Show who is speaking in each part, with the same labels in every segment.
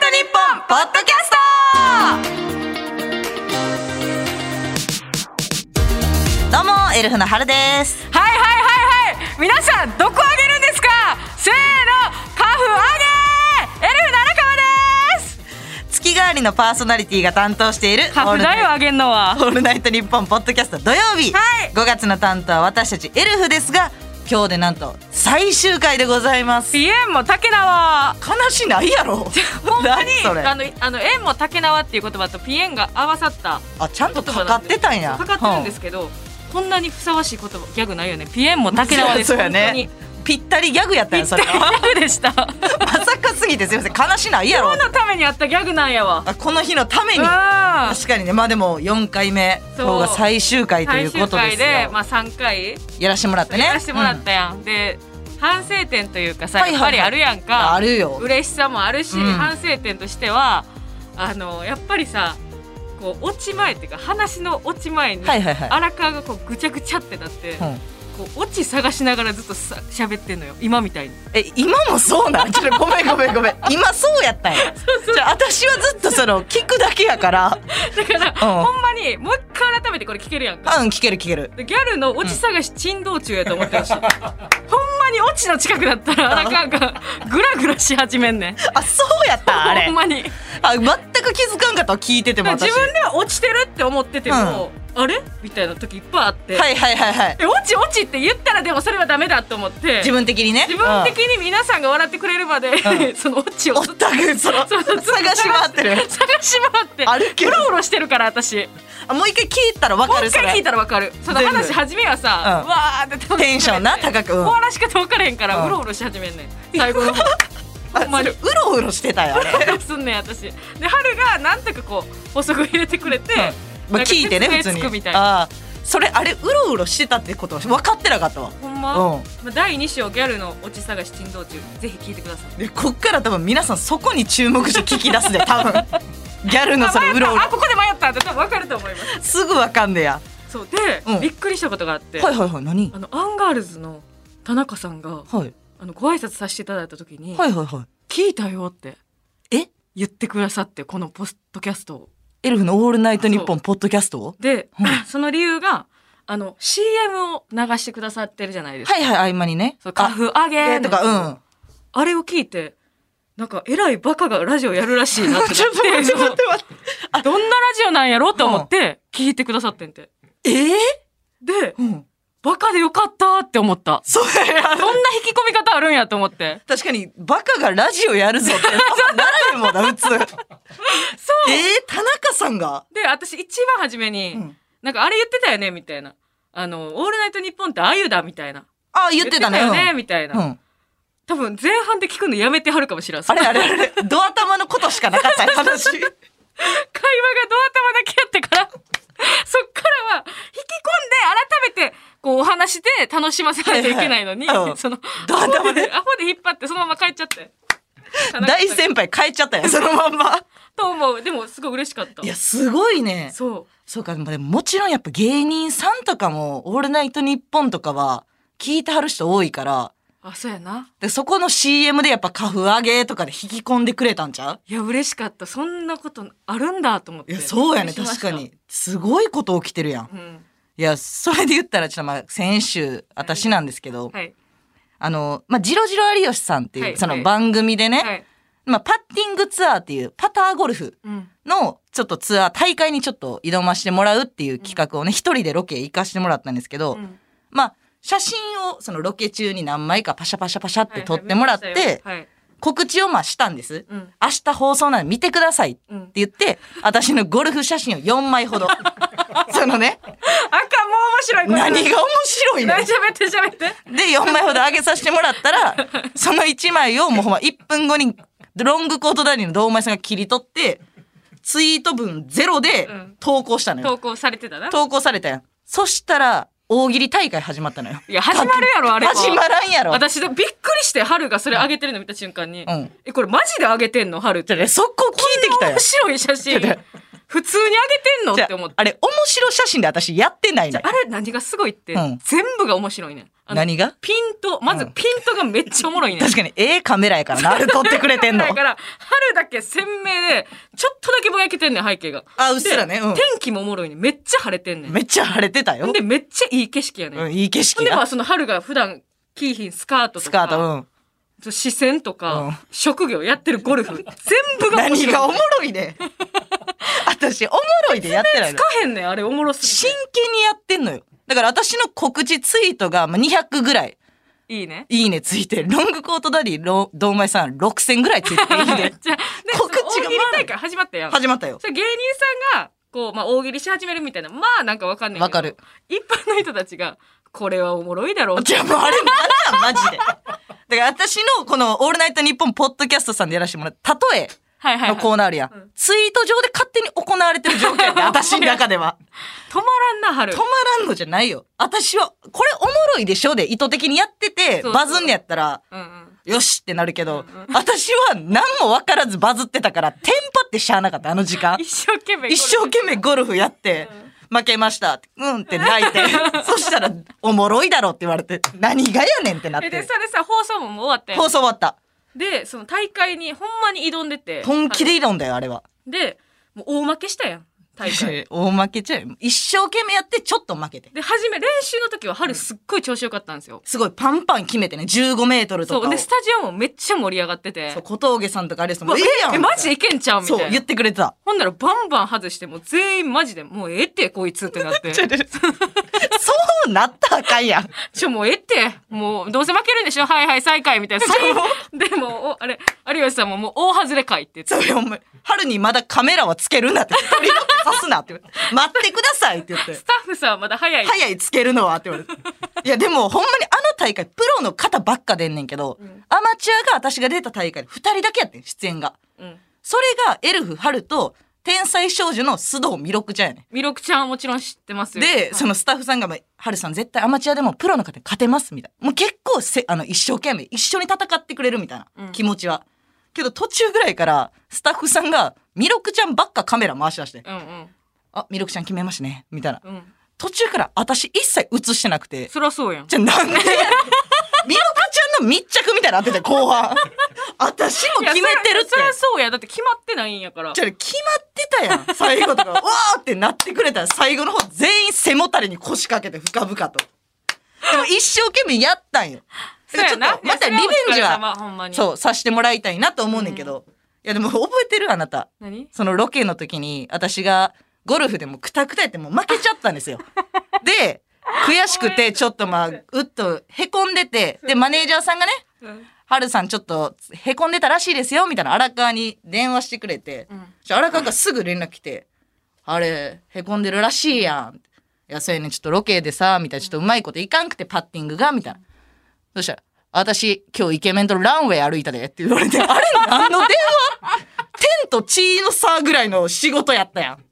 Speaker 1: ポッドキャストどうもエルフの春です
Speaker 2: はいはいはいはい皆さんどこあげるんですかせーのカフあげエルフ七川です
Speaker 1: 月替わりのパーソナリティが担当している
Speaker 2: カフだよあげんのは
Speaker 1: オールナイトニッポンポッドキャスト土曜日、
Speaker 2: はい
Speaker 1: 5月の担当は私たちエルフですが今日でなんと最終回でございます
Speaker 2: ピエンも竹縄
Speaker 1: 悲しないやろ
Speaker 2: 本当
Speaker 1: 何そ
Speaker 2: に
Speaker 1: れ
Speaker 2: あのあの縁も竹縄っていう言葉とピエンが合わさった
Speaker 1: あちゃんと
Speaker 2: 言
Speaker 1: か
Speaker 2: 葉
Speaker 1: か
Speaker 2: なん
Speaker 1: っ
Speaker 2: で
Speaker 1: てたんや
Speaker 2: かかってるんですけど、こんなにふさわしい言葉ギャグないよねピエンも竹縄です
Speaker 1: そうやね
Speaker 2: 本
Speaker 1: ぴったりギャグやったよそ
Speaker 2: 当にぴった
Speaker 1: れ
Speaker 2: りギャグでした今
Speaker 1: まさかすぎてすいません悲しないやろ
Speaker 2: 日のためにあったギャグなんやわ
Speaker 1: あこの日のため
Speaker 2: う
Speaker 1: に
Speaker 2: ん
Speaker 1: 確かにねまあでも4回目
Speaker 2: そう
Speaker 1: 今日が最終回とい
Speaker 2: 最
Speaker 1: うこ
Speaker 2: 終
Speaker 1: とで
Speaker 2: 回
Speaker 1: すよ
Speaker 2: で、まあ、3回
Speaker 1: やらしてもらってね
Speaker 2: やらせてもらっ
Speaker 1: うん
Speaker 2: たやん、で反省点というかさ
Speaker 1: はい
Speaker 2: やっ
Speaker 1: は
Speaker 2: ぱ
Speaker 1: いはい
Speaker 2: りあるやんか、
Speaker 1: あるよ
Speaker 2: 嬉しさもあるし、
Speaker 1: うん
Speaker 2: 反省点としてはあのやっぱりさこう落ち前っていうか話の落ち前に、
Speaker 1: はいはいはい
Speaker 2: 荒川がこうぐちゃぐちゃってなって、
Speaker 1: うん
Speaker 2: こう落ち探しながらずっとさ喋ってんのよ今みたいに
Speaker 1: え今もそうなんちょっとごめんごめんごめん今そうやったんやじゃあ私はずっとその聞くだけやから
Speaker 2: だから、
Speaker 1: うん
Speaker 2: ほんまにもう一回改めてこれ聞けるやんか、
Speaker 1: うん聞ける聞ける
Speaker 2: でギャルの落ち探し珍道中やと思ってほしい、ほんまに落ちの近くだったら荒川がグラグラし始めんねん
Speaker 1: あそうやったあれ
Speaker 2: ほんまに
Speaker 1: あ全く気づかんかったわ聞いてても
Speaker 2: だか
Speaker 1: 私
Speaker 2: ら自分では落ちてるって思ってても、あれみたいな時いっぱいあって、
Speaker 1: はいはいはいはい
Speaker 2: え落ち落ちって言ったらでもそれはダメだと思って
Speaker 1: 自分的にね
Speaker 2: 自分的に皆さんが笑ってくれるまで、
Speaker 1: う
Speaker 2: その落ち
Speaker 1: うん
Speaker 2: を
Speaker 1: おったくその
Speaker 2: そうそう
Speaker 1: 探し回ってる
Speaker 2: 探し回って
Speaker 1: あるけど
Speaker 2: うろうろしてるから私
Speaker 1: あもう一回聞いたらわ
Speaker 2: も
Speaker 1: か
Speaker 2: う
Speaker 1: る
Speaker 2: 一
Speaker 1: それ
Speaker 2: 回聞いたらわかるその
Speaker 1: 全部
Speaker 2: 話初めはさ、
Speaker 1: うん
Speaker 2: わーって楽しくて
Speaker 1: テンション な高くうん
Speaker 2: 終わらし方分からへんから、
Speaker 1: う
Speaker 2: うんろうろし始めんねん最後 の方
Speaker 1: あ
Speaker 2: ほんま
Speaker 1: それ
Speaker 2: に
Speaker 1: うろうろしてた よあれ
Speaker 2: すんねん私で春がなんとかこう補足入れてくれて、
Speaker 1: まあ、
Speaker 2: なんか
Speaker 1: 聞いてね普
Speaker 2: 説
Speaker 1: 通
Speaker 2: 明つ
Speaker 1: に
Speaker 2: くみたいな
Speaker 1: ああそれあれうろうろしてたってことは分かってなかったわ
Speaker 2: ほんま、
Speaker 1: うん
Speaker 2: まあ、第2章ギャルの落ち探し珍道中ぜひ聞いてください
Speaker 1: でこっから多分皆さんそこに注目して聞き出す で多分ギャルのそ
Speaker 2: あ
Speaker 1: のう
Speaker 2: 迷った
Speaker 1: ろうろ
Speaker 2: あここで迷ったって多分分かると思います
Speaker 1: すぐ分かんねや
Speaker 2: そうで、
Speaker 1: うん
Speaker 2: びっくりしたことがあって、
Speaker 1: はいはいはい何
Speaker 2: あのアンガールズの田中さんが
Speaker 1: はい
Speaker 2: あのご挨拶させていただいた時に「
Speaker 1: はいはいは
Speaker 2: 聞いたよ」って
Speaker 1: いえ
Speaker 2: 言ってくださってこのポストキャストを
Speaker 1: エルフの「オールナイトニッポン」ポッドキャストを
Speaker 2: で、
Speaker 1: うん
Speaker 2: その理由があの CM を流してくださってるじゃないですか、
Speaker 1: はいはい合間にね
Speaker 2: そうカフ上
Speaker 1: あえ
Speaker 2: げ
Speaker 1: ーとか うん
Speaker 2: あれを聞いてなんか偉いバカがラジオやるらしいなってなって
Speaker 1: ちょっと待って待って待って
Speaker 2: あどんなラジオなんやろうと思って聞いてくださってんて。
Speaker 1: ええ
Speaker 2: で、
Speaker 1: うん
Speaker 2: バカでよかったって思った。
Speaker 1: そうや
Speaker 2: そんな引き込み方あるんやと思って。
Speaker 1: 確かにバカがラジオやるぞってならへんもんな普通そうええ田中さんが
Speaker 2: で、私一番初めに、
Speaker 1: うん
Speaker 2: なんかあれ言ってたよねみたいな。あの、オールナイトニッポンってあゆだみたいな。
Speaker 1: ああ言ってたね
Speaker 2: 言よねみたい
Speaker 1: うんう
Speaker 2: な。
Speaker 1: ん
Speaker 2: 多分前半で聞くのやめてはるかもしれん。
Speaker 1: あれ
Speaker 2: 会
Speaker 1: あれあれ、ドア玉のことしかなかったよ話。
Speaker 2: 話がドア玉だけやってから、 そっからは引き込んで改めてこうお話で楽しませないといけないのに、
Speaker 1: はいはいうん
Speaker 2: その、
Speaker 1: ドア
Speaker 2: アホ
Speaker 1: 玉
Speaker 2: で
Speaker 1: で。
Speaker 2: アホで引っ張ってそのまま帰っち ゃって。
Speaker 1: 大先輩変えちゃったよ、そのまんま。
Speaker 2: と思う。でもすごい嬉しかった
Speaker 1: い。や、すごいね。
Speaker 2: そう。
Speaker 1: そうか、でももちろんやっぱ芸人さんとかも、オールナイトニッポンとかは、聞いてはる人多いから、
Speaker 2: あ、そうやな。
Speaker 1: でそこの CM でやっぱカフ上げとかで引き込んでくれたんちゃう
Speaker 2: いや、嬉しかった。そんなことあるんだと思って。
Speaker 1: いや、そうやね、
Speaker 2: びっくりしま
Speaker 1: 確
Speaker 2: した
Speaker 1: か。に。すごいこと起きてるやん。
Speaker 2: うん。
Speaker 1: いや、それで言ったら、ちょっとまあ、先週、私なんですけど、
Speaker 2: はい。
Speaker 1: あの、まあ、ジロジロ有吉さんっていう、
Speaker 2: はい
Speaker 1: その番組でね、
Speaker 2: はい。
Speaker 1: まあ、パッティングツアーっていう、パターゴルフ。
Speaker 2: うん。
Speaker 1: のちょっとツアー大会にちょっと挑ましてもらうっていう企画をね一、人でロケ行かしてもらったんですけど、
Speaker 2: うん
Speaker 1: まあ写真をそのロケ中に何枚かパシャパシャパシャって撮ってもらって、
Speaker 2: はい。
Speaker 1: 告知をまあしたんです、
Speaker 2: うん
Speaker 1: 明日放送なんで見てくださいって
Speaker 2: うん。
Speaker 1: 言って私のゴルフ写真を4枚 ほどそのね
Speaker 2: 赤、もう面白い。これ
Speaker 1: 何が面白いね
Speaker 2: 何
Speaker 1: ん
Speaker 2: 喋って喋って。
Speaker 1: で4枚ほど上げさせてもらった らその1枚をもうほんま1分後にロングコートダディの堂前さんが切り取ってツイート分ゼロで
Speaker 2: うん
Speaker 1: 投稿したのよ、
Speaker 2: 投稿されてたな。
Speaker 1: 投稿されたやん。そしたら、大喜利大会始まったのよ。
Speaker 2: いや、始まるやろ、あれは。
Speaker 1: 始まらんやろ。
Speaker 2: 私でびっくりして、春がそれ上げてるの見た瞬間に。
Speaker 1: うん
Speaker 2: え、これマジで上げてんの春って。
Speaker 1: そこ聞いてきたよ
Speaker 2: 面。白い写真。
Speaker 1: ちょっと
Speaker 2: 普通に上げてん
Speaker 1: じ
Speaker 2: の
Speaker 1: ゃ
Speaker 2: って思って
Speaker 1: あれ面白写真で私やってないのよ
Speaker 2: あれ何がすごいって、
Speaker 1: うん
Speaker 2: 全部が面白いねんあの
Speaker 1: 何が
Speaker 2: ピントまず
Speaker 1: うん
Speaker 2: ピントがめっちゃおもろいねん
Speaker 1: 確かにええカメラやからなあ れ撮ってくれてんの
Speaker 2: だから春だけ鮮明でちょっとだけぼやけてんねん背景が
Speaker 1: あうっすらね、う
Speaker 2: 天気もおもろいねんめっちゃ晴れてんね
Speaker 1: ん、
Speaker 2: ん
Speaker 1: めっちゃ晴れてたよ
Speaker 2: ほん、でめっちゃいい景色やねん、
Speaker 1: うん、いい景
Speaker 2: ほ
Speaker 1: 色
Speaker 2: んでまあ
Speaker 1: や
Speaker 2: その春が普段キーヒンスカートとか
Speaker 1: スカート、うん、
Speaker 2: 視線とか、
Speaker 1: うん
Speaker 2: 職業やってるゴルフ全部が面白
Speaker 1: 何
Speaker 2: い
Speaker 1: がおもろい ね私おもろいでやってない
Speaker 2: つ
Speaker 1: の
Speaker 2: かへんねんあれおもろす
Speaker 1: 真剣にやってんのよだから私の告知ツイートがまあ200ぐらい
Speaker 2: ぎていいね
Speaker 1: いいねついてロングコートダディロ堂前さん6000ぐらいついていいね
Speaker 2: じゃあで
Speaker 1: 告知が
Speaker 2: その大喜利大会始まったや ん
Speaker 1: 始まったよ
Speaker 2: それ芸人さんがこう、まあ、大喜利し始めるみたいなまあなんかわかんないけど
Speaker 1: わかる
Speaker 2: 一般の人たちがこれはおもろいだろうって
Speaker 1: じゃあもうあれなんなんマジでだから私のこの「オールナイトニッポン」ポッドキャストさんでやらせてもらった例え
Speaker 2: はいはい、は
Speaker 1: の
Speaker 2: い、
Speaker 1: コーナーあるやん、
Speaker 2: うん
Speaker 1: ツイート上で勝手に行われてる状況やで私の中で は
Speaker 2: 止まらんな春
Speaker 1: 止まらんのじゃないよ私はこれおもろいでしょで意図的にやってて
Speaker 2: そうそう
Speaker 1: バズんねやったら
Speaker 2: うんうん
Speaker 1: よしってなるけど、
Speaker 2: うん
Speaker 1: 私は何も分からずバズってたからテンパってしゃあなかったあの時間
Speaker 2: 一生懸命
Speaker 1: 一生懸命ゴルフやって、負けましたってうんって泣い てそしたらおもろいだろって言われて何がやねんってなっ
Speaker 2: えで
Speaker 1: て
Speaker 2: それさ放送ももう終わったや
Speaker 1: 放
Speaker 2: ん
Speaker 1: 送終わった
Speaker 2: でその大会にほんまに挑んでて
Speaker 1: 本気で挑んだよあれは
Speaker 2: でもう大負けしたやん大 会
Speaker 1: 大負けちゃうよ一生懸命やってちょっと負けて
Speaker 2: で初め練習の時は春すっごい調子よかったんですよ、
Speaker 1: すごいパンパン決めてね15メートルと
Speaker 2: そ
Speaker 1: か
Speaker 2: う
Speaker 1: を
Speaker 2: でスタジオもめっちゃ盛り上がってて
Speaker 1: そう小峠さんとかあれです
Speaker 2: う
Speaker 1: も
Speaker 2: わ
Speaker 1: んええやん
Speaker 2: えマジいけんちゃうみた
Speaker 1: そう
Speaker 2: い
Speaker 1: 言
Speaker 2: な
Speaker 1: ってくれてた
Speaker 2: ほんならバンバン外してもう全員マジでもうええってこいつってなって
Speaker 1: ちょちょちょそうなったらあかんやん
Speaker 2: ちょ、もうええって、もう、どうせ負けるんでしょはいはい、最下位 みたいな。最でも、おあれ、有吉さんももう大外れかいって言って。
Speaker 1: それお前春にまだカメラはつけるなって取り出さすなって言われて待ってくださいって言 って
Speaker 2: スタッフさんはまだ早い。
Speaker 1: 早いつけるのはって言われて。いやでもほんまにあの大会プロの方ばっか出んねんけど、アマチュアが私が出た大会で2人だけやってん出演が。
Speaker 2: うん。
Speaker 1: それがエルフ春と天才少女の須藤弥勒ちゃんやね
Speaker 2: ミロクちゃんはもちろん知ってます
Speaker 1: ん。
Speaker 2: よ。
Speaker 1: で、そ
Speaker 2: の、
Speaker 1: のスタッフさんが、まあ、春さん絶対アマチュアでもプロの方に勝てますみたいな。もう結構せ、あの、一生懸命一緒に戦ってくれるみたい
Speaker 2: うん
Speaker 1: な気持ちは。けど途中ぐらいからスタッフさんが弥勒ちゃんばっかカメラ回し出して、
Speaker 2: うん
Speaker 1: あ、弥勒ちゃん決めましたね、みたいな。
Speaker 2: うん。うん。
Speaker 1: 途中から私一切映してなくて、
Speaker 2: そりゃそうやん。
Speaker 1: じゃ、なんで やねんミロカちゃんの密着みたいなのあってたよ後 半。私も決めてるって
Speaker 2: いやそりゃそ。りゃそうや。だって決まってないんやから。
Speaker 1: じゃあ決まってたやん。最後と か、わーってなってくれたら最後の方全員背もたれに腰掛けて深々と。でも一生懸命やったんよ。
Speaker 2: そうやな
Speaker 1: ちょっとまたリベンジ
Speaker 2: いやそれ
Speaker 1: は、
Speaker 2: はお疲れ様ほんまに。う。
Speaker 1: そう、さしてもらいたいなと思うねんけど。いやでも覚えてるあなた。
Speaker 2: 何
Speaker 1: そのロケの時に私がゴルフでもうクタクタやってもう負けちゃったん ですよ。で、悔しくてちょっとまあ、うっとへこんでて、で、マネージャーさんがね、
Speaker 2: うん。
Speaker 1: はるさんちょっとへこんでたらしいですよ、みたいな荒川に電話してくれて、
Speaker 2: うん
Speaker 1: じゃ荒川がすぐ連絡来て、あれ、へこんでるらしいやん。いや、そうやねん、ちょっとロケでさ、みたいな、ちょっとうまいこといかんくて、パッティングが、みたいな。そしたら、私、今日イケメンとランウェイ歩いたで、って言われて、あれ、何の電話天と地の差ぐらいの仕事やったやん。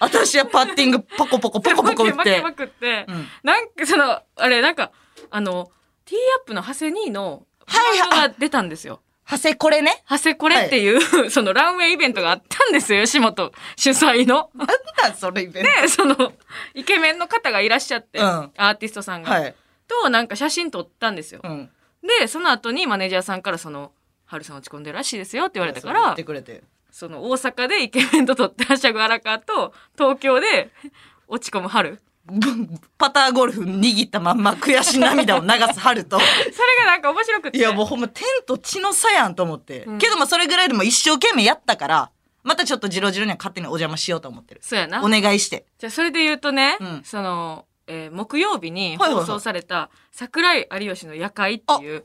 Speaker 1: 私はパッティングポコポコポコポコ打っ
Speaker 2: 負け
Speaker 1: て
Speaker 2: ま。くって
Speaker 1: う。ん
Speaker 2: なんか、その、あれ、なんか、あの、ティーアップの長谷兄の、
Speaker 1: はいはい
Speaker 2: が出たんですよ。
Speaker 1: 長谷これね。
Speaker 2: 長谷これっていう、そのランウェイイベントがあったんですよ、吉本主催の。
Speaker 1: なんだそれイベン
Speaker 2: で、その、イケメンの方がいらっしゃって、
Speaker 1: うん
Speaker 2: アーティストさん
Speaker 1: ト。
Speaker 2: が、
Speaker 1: はい。
Speaker 2: と、なんか写真撮ったんですよ。
Speaker 1: うん。
Speaker 2: で、その後にマネージャーさんから、その、春さん落ち込んでるらしいですよって言われたか
Speaker 1: 言
Speaker 2: ら
Speaker 1: って、くれて。
Speaker 2: その、大阪でイケメンと撮ってはしゃぐ荒川と、東京で落ち込む春。
Speaker 1: パターゴルフ握ったまんま悔し涙を流す春と。
Speaker 2: それがなんか面白く て。
Speaker 1: いやもうほんま天と地の差やんと思って。
Speaker 2: うん
Speaker 1: けどまあそれぐらいでも一生懸命やったから、またちょっとジロジロには勝手にお邪魔しようと思ってる。
Speaker 2: そうやな
Speaker 1: お。願いして。
Speaker 2: じゃあ、それで言うとね、
Speaker 1: うん
Speaker 2: その、えー木曜日に
Speaker 1: はいはいは
Speaker 2: 放
Speaker 1: い
Speaker 2: 送された、桜井有吉の夜会っていう、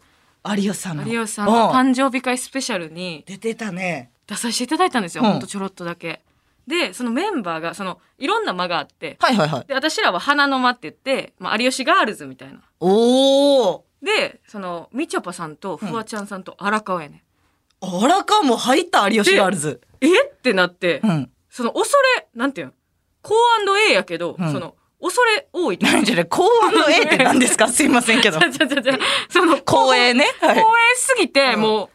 Speaker 1: 有吉さんの。
Speaker 2: 有吉さんの
Speaker 1: うん
Speaker 2: 誕生日会スペシャルに
Speaker 1: 出てたね。
Speaker 2: 出させていただいたんですよ、
Speaker 1: うん
Speaker 2: ほんとちょろっとだけ。でそのメンバーがそのいろんな間があって
Speaker 1: はいはいはい。
Speaker 2: で私らは「花の間」って言って、まあ、有吉ガールズみたいな。
Speaker 1: おー。
Speaker 2: でそのみちょぱさんとフワちゃんさんと荒川やね、
Speaker 1: あらかも入った有吉ガール ズ。
Speaker 2: ん、えってなって、
Speaker 1: うん。
Speaker 2: その恐れなんていうの ?Co&A やけど、
Speaker 1: うん
Speaker 2: その恐れ 多いって。
Speaker 1: なんじゃね、公安の A って何です かすいませんけど
Speaker 2: じ。ゃじゃじゃじゃその
Speaker 1: 公営ね。はい
Speaker 2: 光栄。すぎて、
Speaker 1: うん
Speaker 2: もう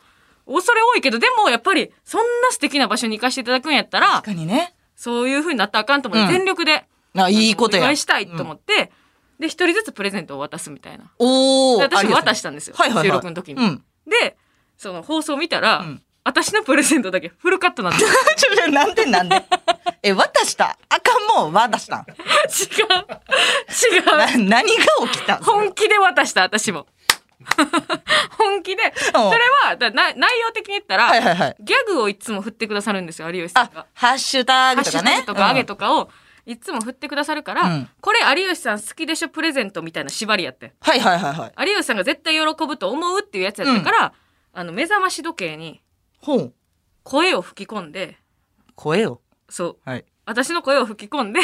Speaker 2: 恐れ多いけどでもやっぱりそんな素敵な場所に行かせていただくんやったら
Speaker 1: 確かにね。
Speaker 2: そういう風になったらあかんと思って、
Speaker 1: うん
Speaker 2: 全力で。
Speaker 1: あいいことや
Speaker 2: お願いしたいと思って、で、一人ずつプレゼントを渡すみたいな。
Speaker 1: おお
Speaker 2: で私も渡したんですよ。
Speaker 1: はいはいはい
Speaker 2: 収録の時に。
Speaker 1: うん
Speaker 2: で、その放送見たら、
Speaker 1: うん
Speaker 2: 私のプレゼントだけフルカットな んですよ
Speaker 1: ちょちょなんでなん でえ渡したあかんもん渡したん
Speaker 2: 違う。違う。
Speaker 1: な何が起きたん
Speaker 2: 本気で渡した、私も。 本気で。それは、だな内容的に言ったら、
Speaker 1: はいはいはい
Speaker 2: ギャグをいつも振ってくださるんですよ、有吉さん
Speaker 1: あ
Speaker 2: が。
Speaker 1: ハッシュタ
Speaker 2: ハ
Speaker 1: グ
Speaker 2: ッ
Speaker 1: と
Speaker 2: シュ
Speaker 1: かね
Speaker 2: タグとか
Speaker 1: う
Speaker 2: 上
Speaker 1: ん
Speaker 2: げとかを、いつも振ってくださるから、
Speaker 1: うん
Speaker 2: これ有吉さん好きでしょプレゼントみたいな縛りやってん。
Speaker 1: はいはいはいはい
Speaker 2: 有吉さんが絶対喜ぶと思うっていうやつやったから、あの、目覚まし時計に
Speaker 1: ほう
Speaker 2: 声を吹き込んで、
Speaker 1: 声を
Speaker 2: そう、
Speaker 1: はい
Speaker 2: 私の声を吹き込んで、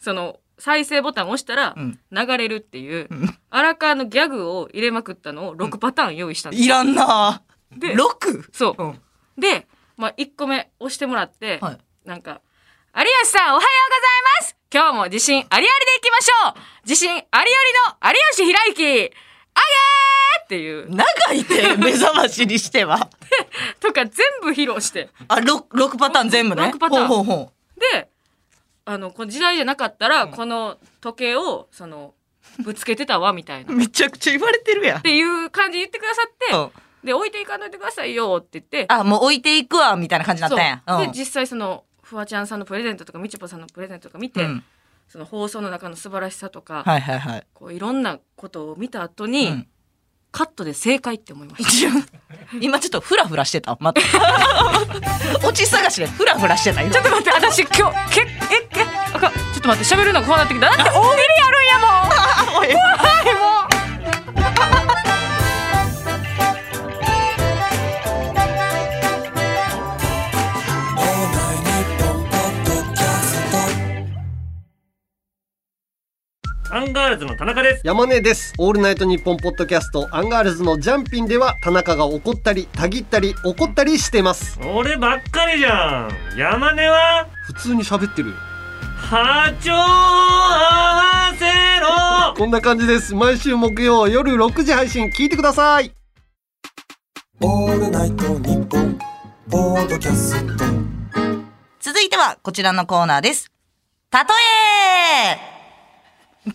Speaker 2: その、再生ボタンを押したら
Speaker 1: うん
Speaker 2: 流れるっていう、
Speaker 1: うん
Speaker 2: 荒川のギャグを入れまくったのを6パターン用意したんです
Speaker 1: いらんな
Speaker 2: で
Speaker 1: 六
Speaker 2: そう
Speaker 1: うん
Speaker 2: で、まあ、1個目押してもらって、
Speaker 1: はい
Speaker 2: なんか、有吉さんおはようございます今日も自信ありありでいきましょう自信ありありの有吉弘行あげーっていう、
Speaker 1: 長いって目覚ましにしては
Speaker 2: とか全部披露して。
Speaker 1: あ六六パターン全部ね
Speaker 2: 六パターン
Speaker 1: ほうほうほ
Speaker 2: で、あの、この時代じゃなかったら、この時計を、その、ぶつけてたわ、みたいな。
Speaker 1: う
Speaker 2: っ
Speaker 1: めちゃくちゃ言われてるやん
Speaker 2: ていう感じで言ってくださ
Speaker 1: う
Speaker 2: っ
Speaker 1: ん
Speaker 2: て、で、置いていかないでくださいよって言って、
Speaker 1: あもう置いていくわみたいな感じにな
Speaker 2: そ
Speaker 1: ったんや
Speaker 2: う。
Speaker 1: う
Speaker 2: で、
Speaker 1: ん
Speaker 2: 実際その、フワちゃんさんのプレゼントとか、みちぽさんのプレゼントとか見て、
Speaker 1: うん
Speaker 2: その放送の中の素晴らしさとか、
Speaker 1: はいはいはい
Speaker 2: こういろんなことを見た後
Speaker 1: う
Speaker 2: に、
Speaker 1: ん
Speaker 2: カットで正解って思いまし
Speaker 1: いや 今ちょっとフラフラしてた。また。落ち探しでフラフラしてた。今
Speaker 2: た。ちょっと待って、私今日、け、え、え、あかん、ちょっと待って、喋るのがこうなってきた。だって大喜利や
Speaker 1: おい
Speaker 2: るんやもん。はい、もう。
Speaker 3: アンガールズの田中です。
Speaker 4: 山根です。オールナイトニッポンポッドキャストアンガールズのジャンピンでは田中が怒ったり、たぎったり、怒ったりしてます。
Speaker 3: 俺ばっかりじゃん。山根は、
Speaker 4: 普通に喋ってるよ。
Speaker 3: 波長を合わせろ
Speaker 4: こんな感じです。毎週木曜夜6時配信聞いてください。
Speaker 5: オールナイトニッポンポードキャスト
Speaker 1: 続いてはこちらのコーナーです。たと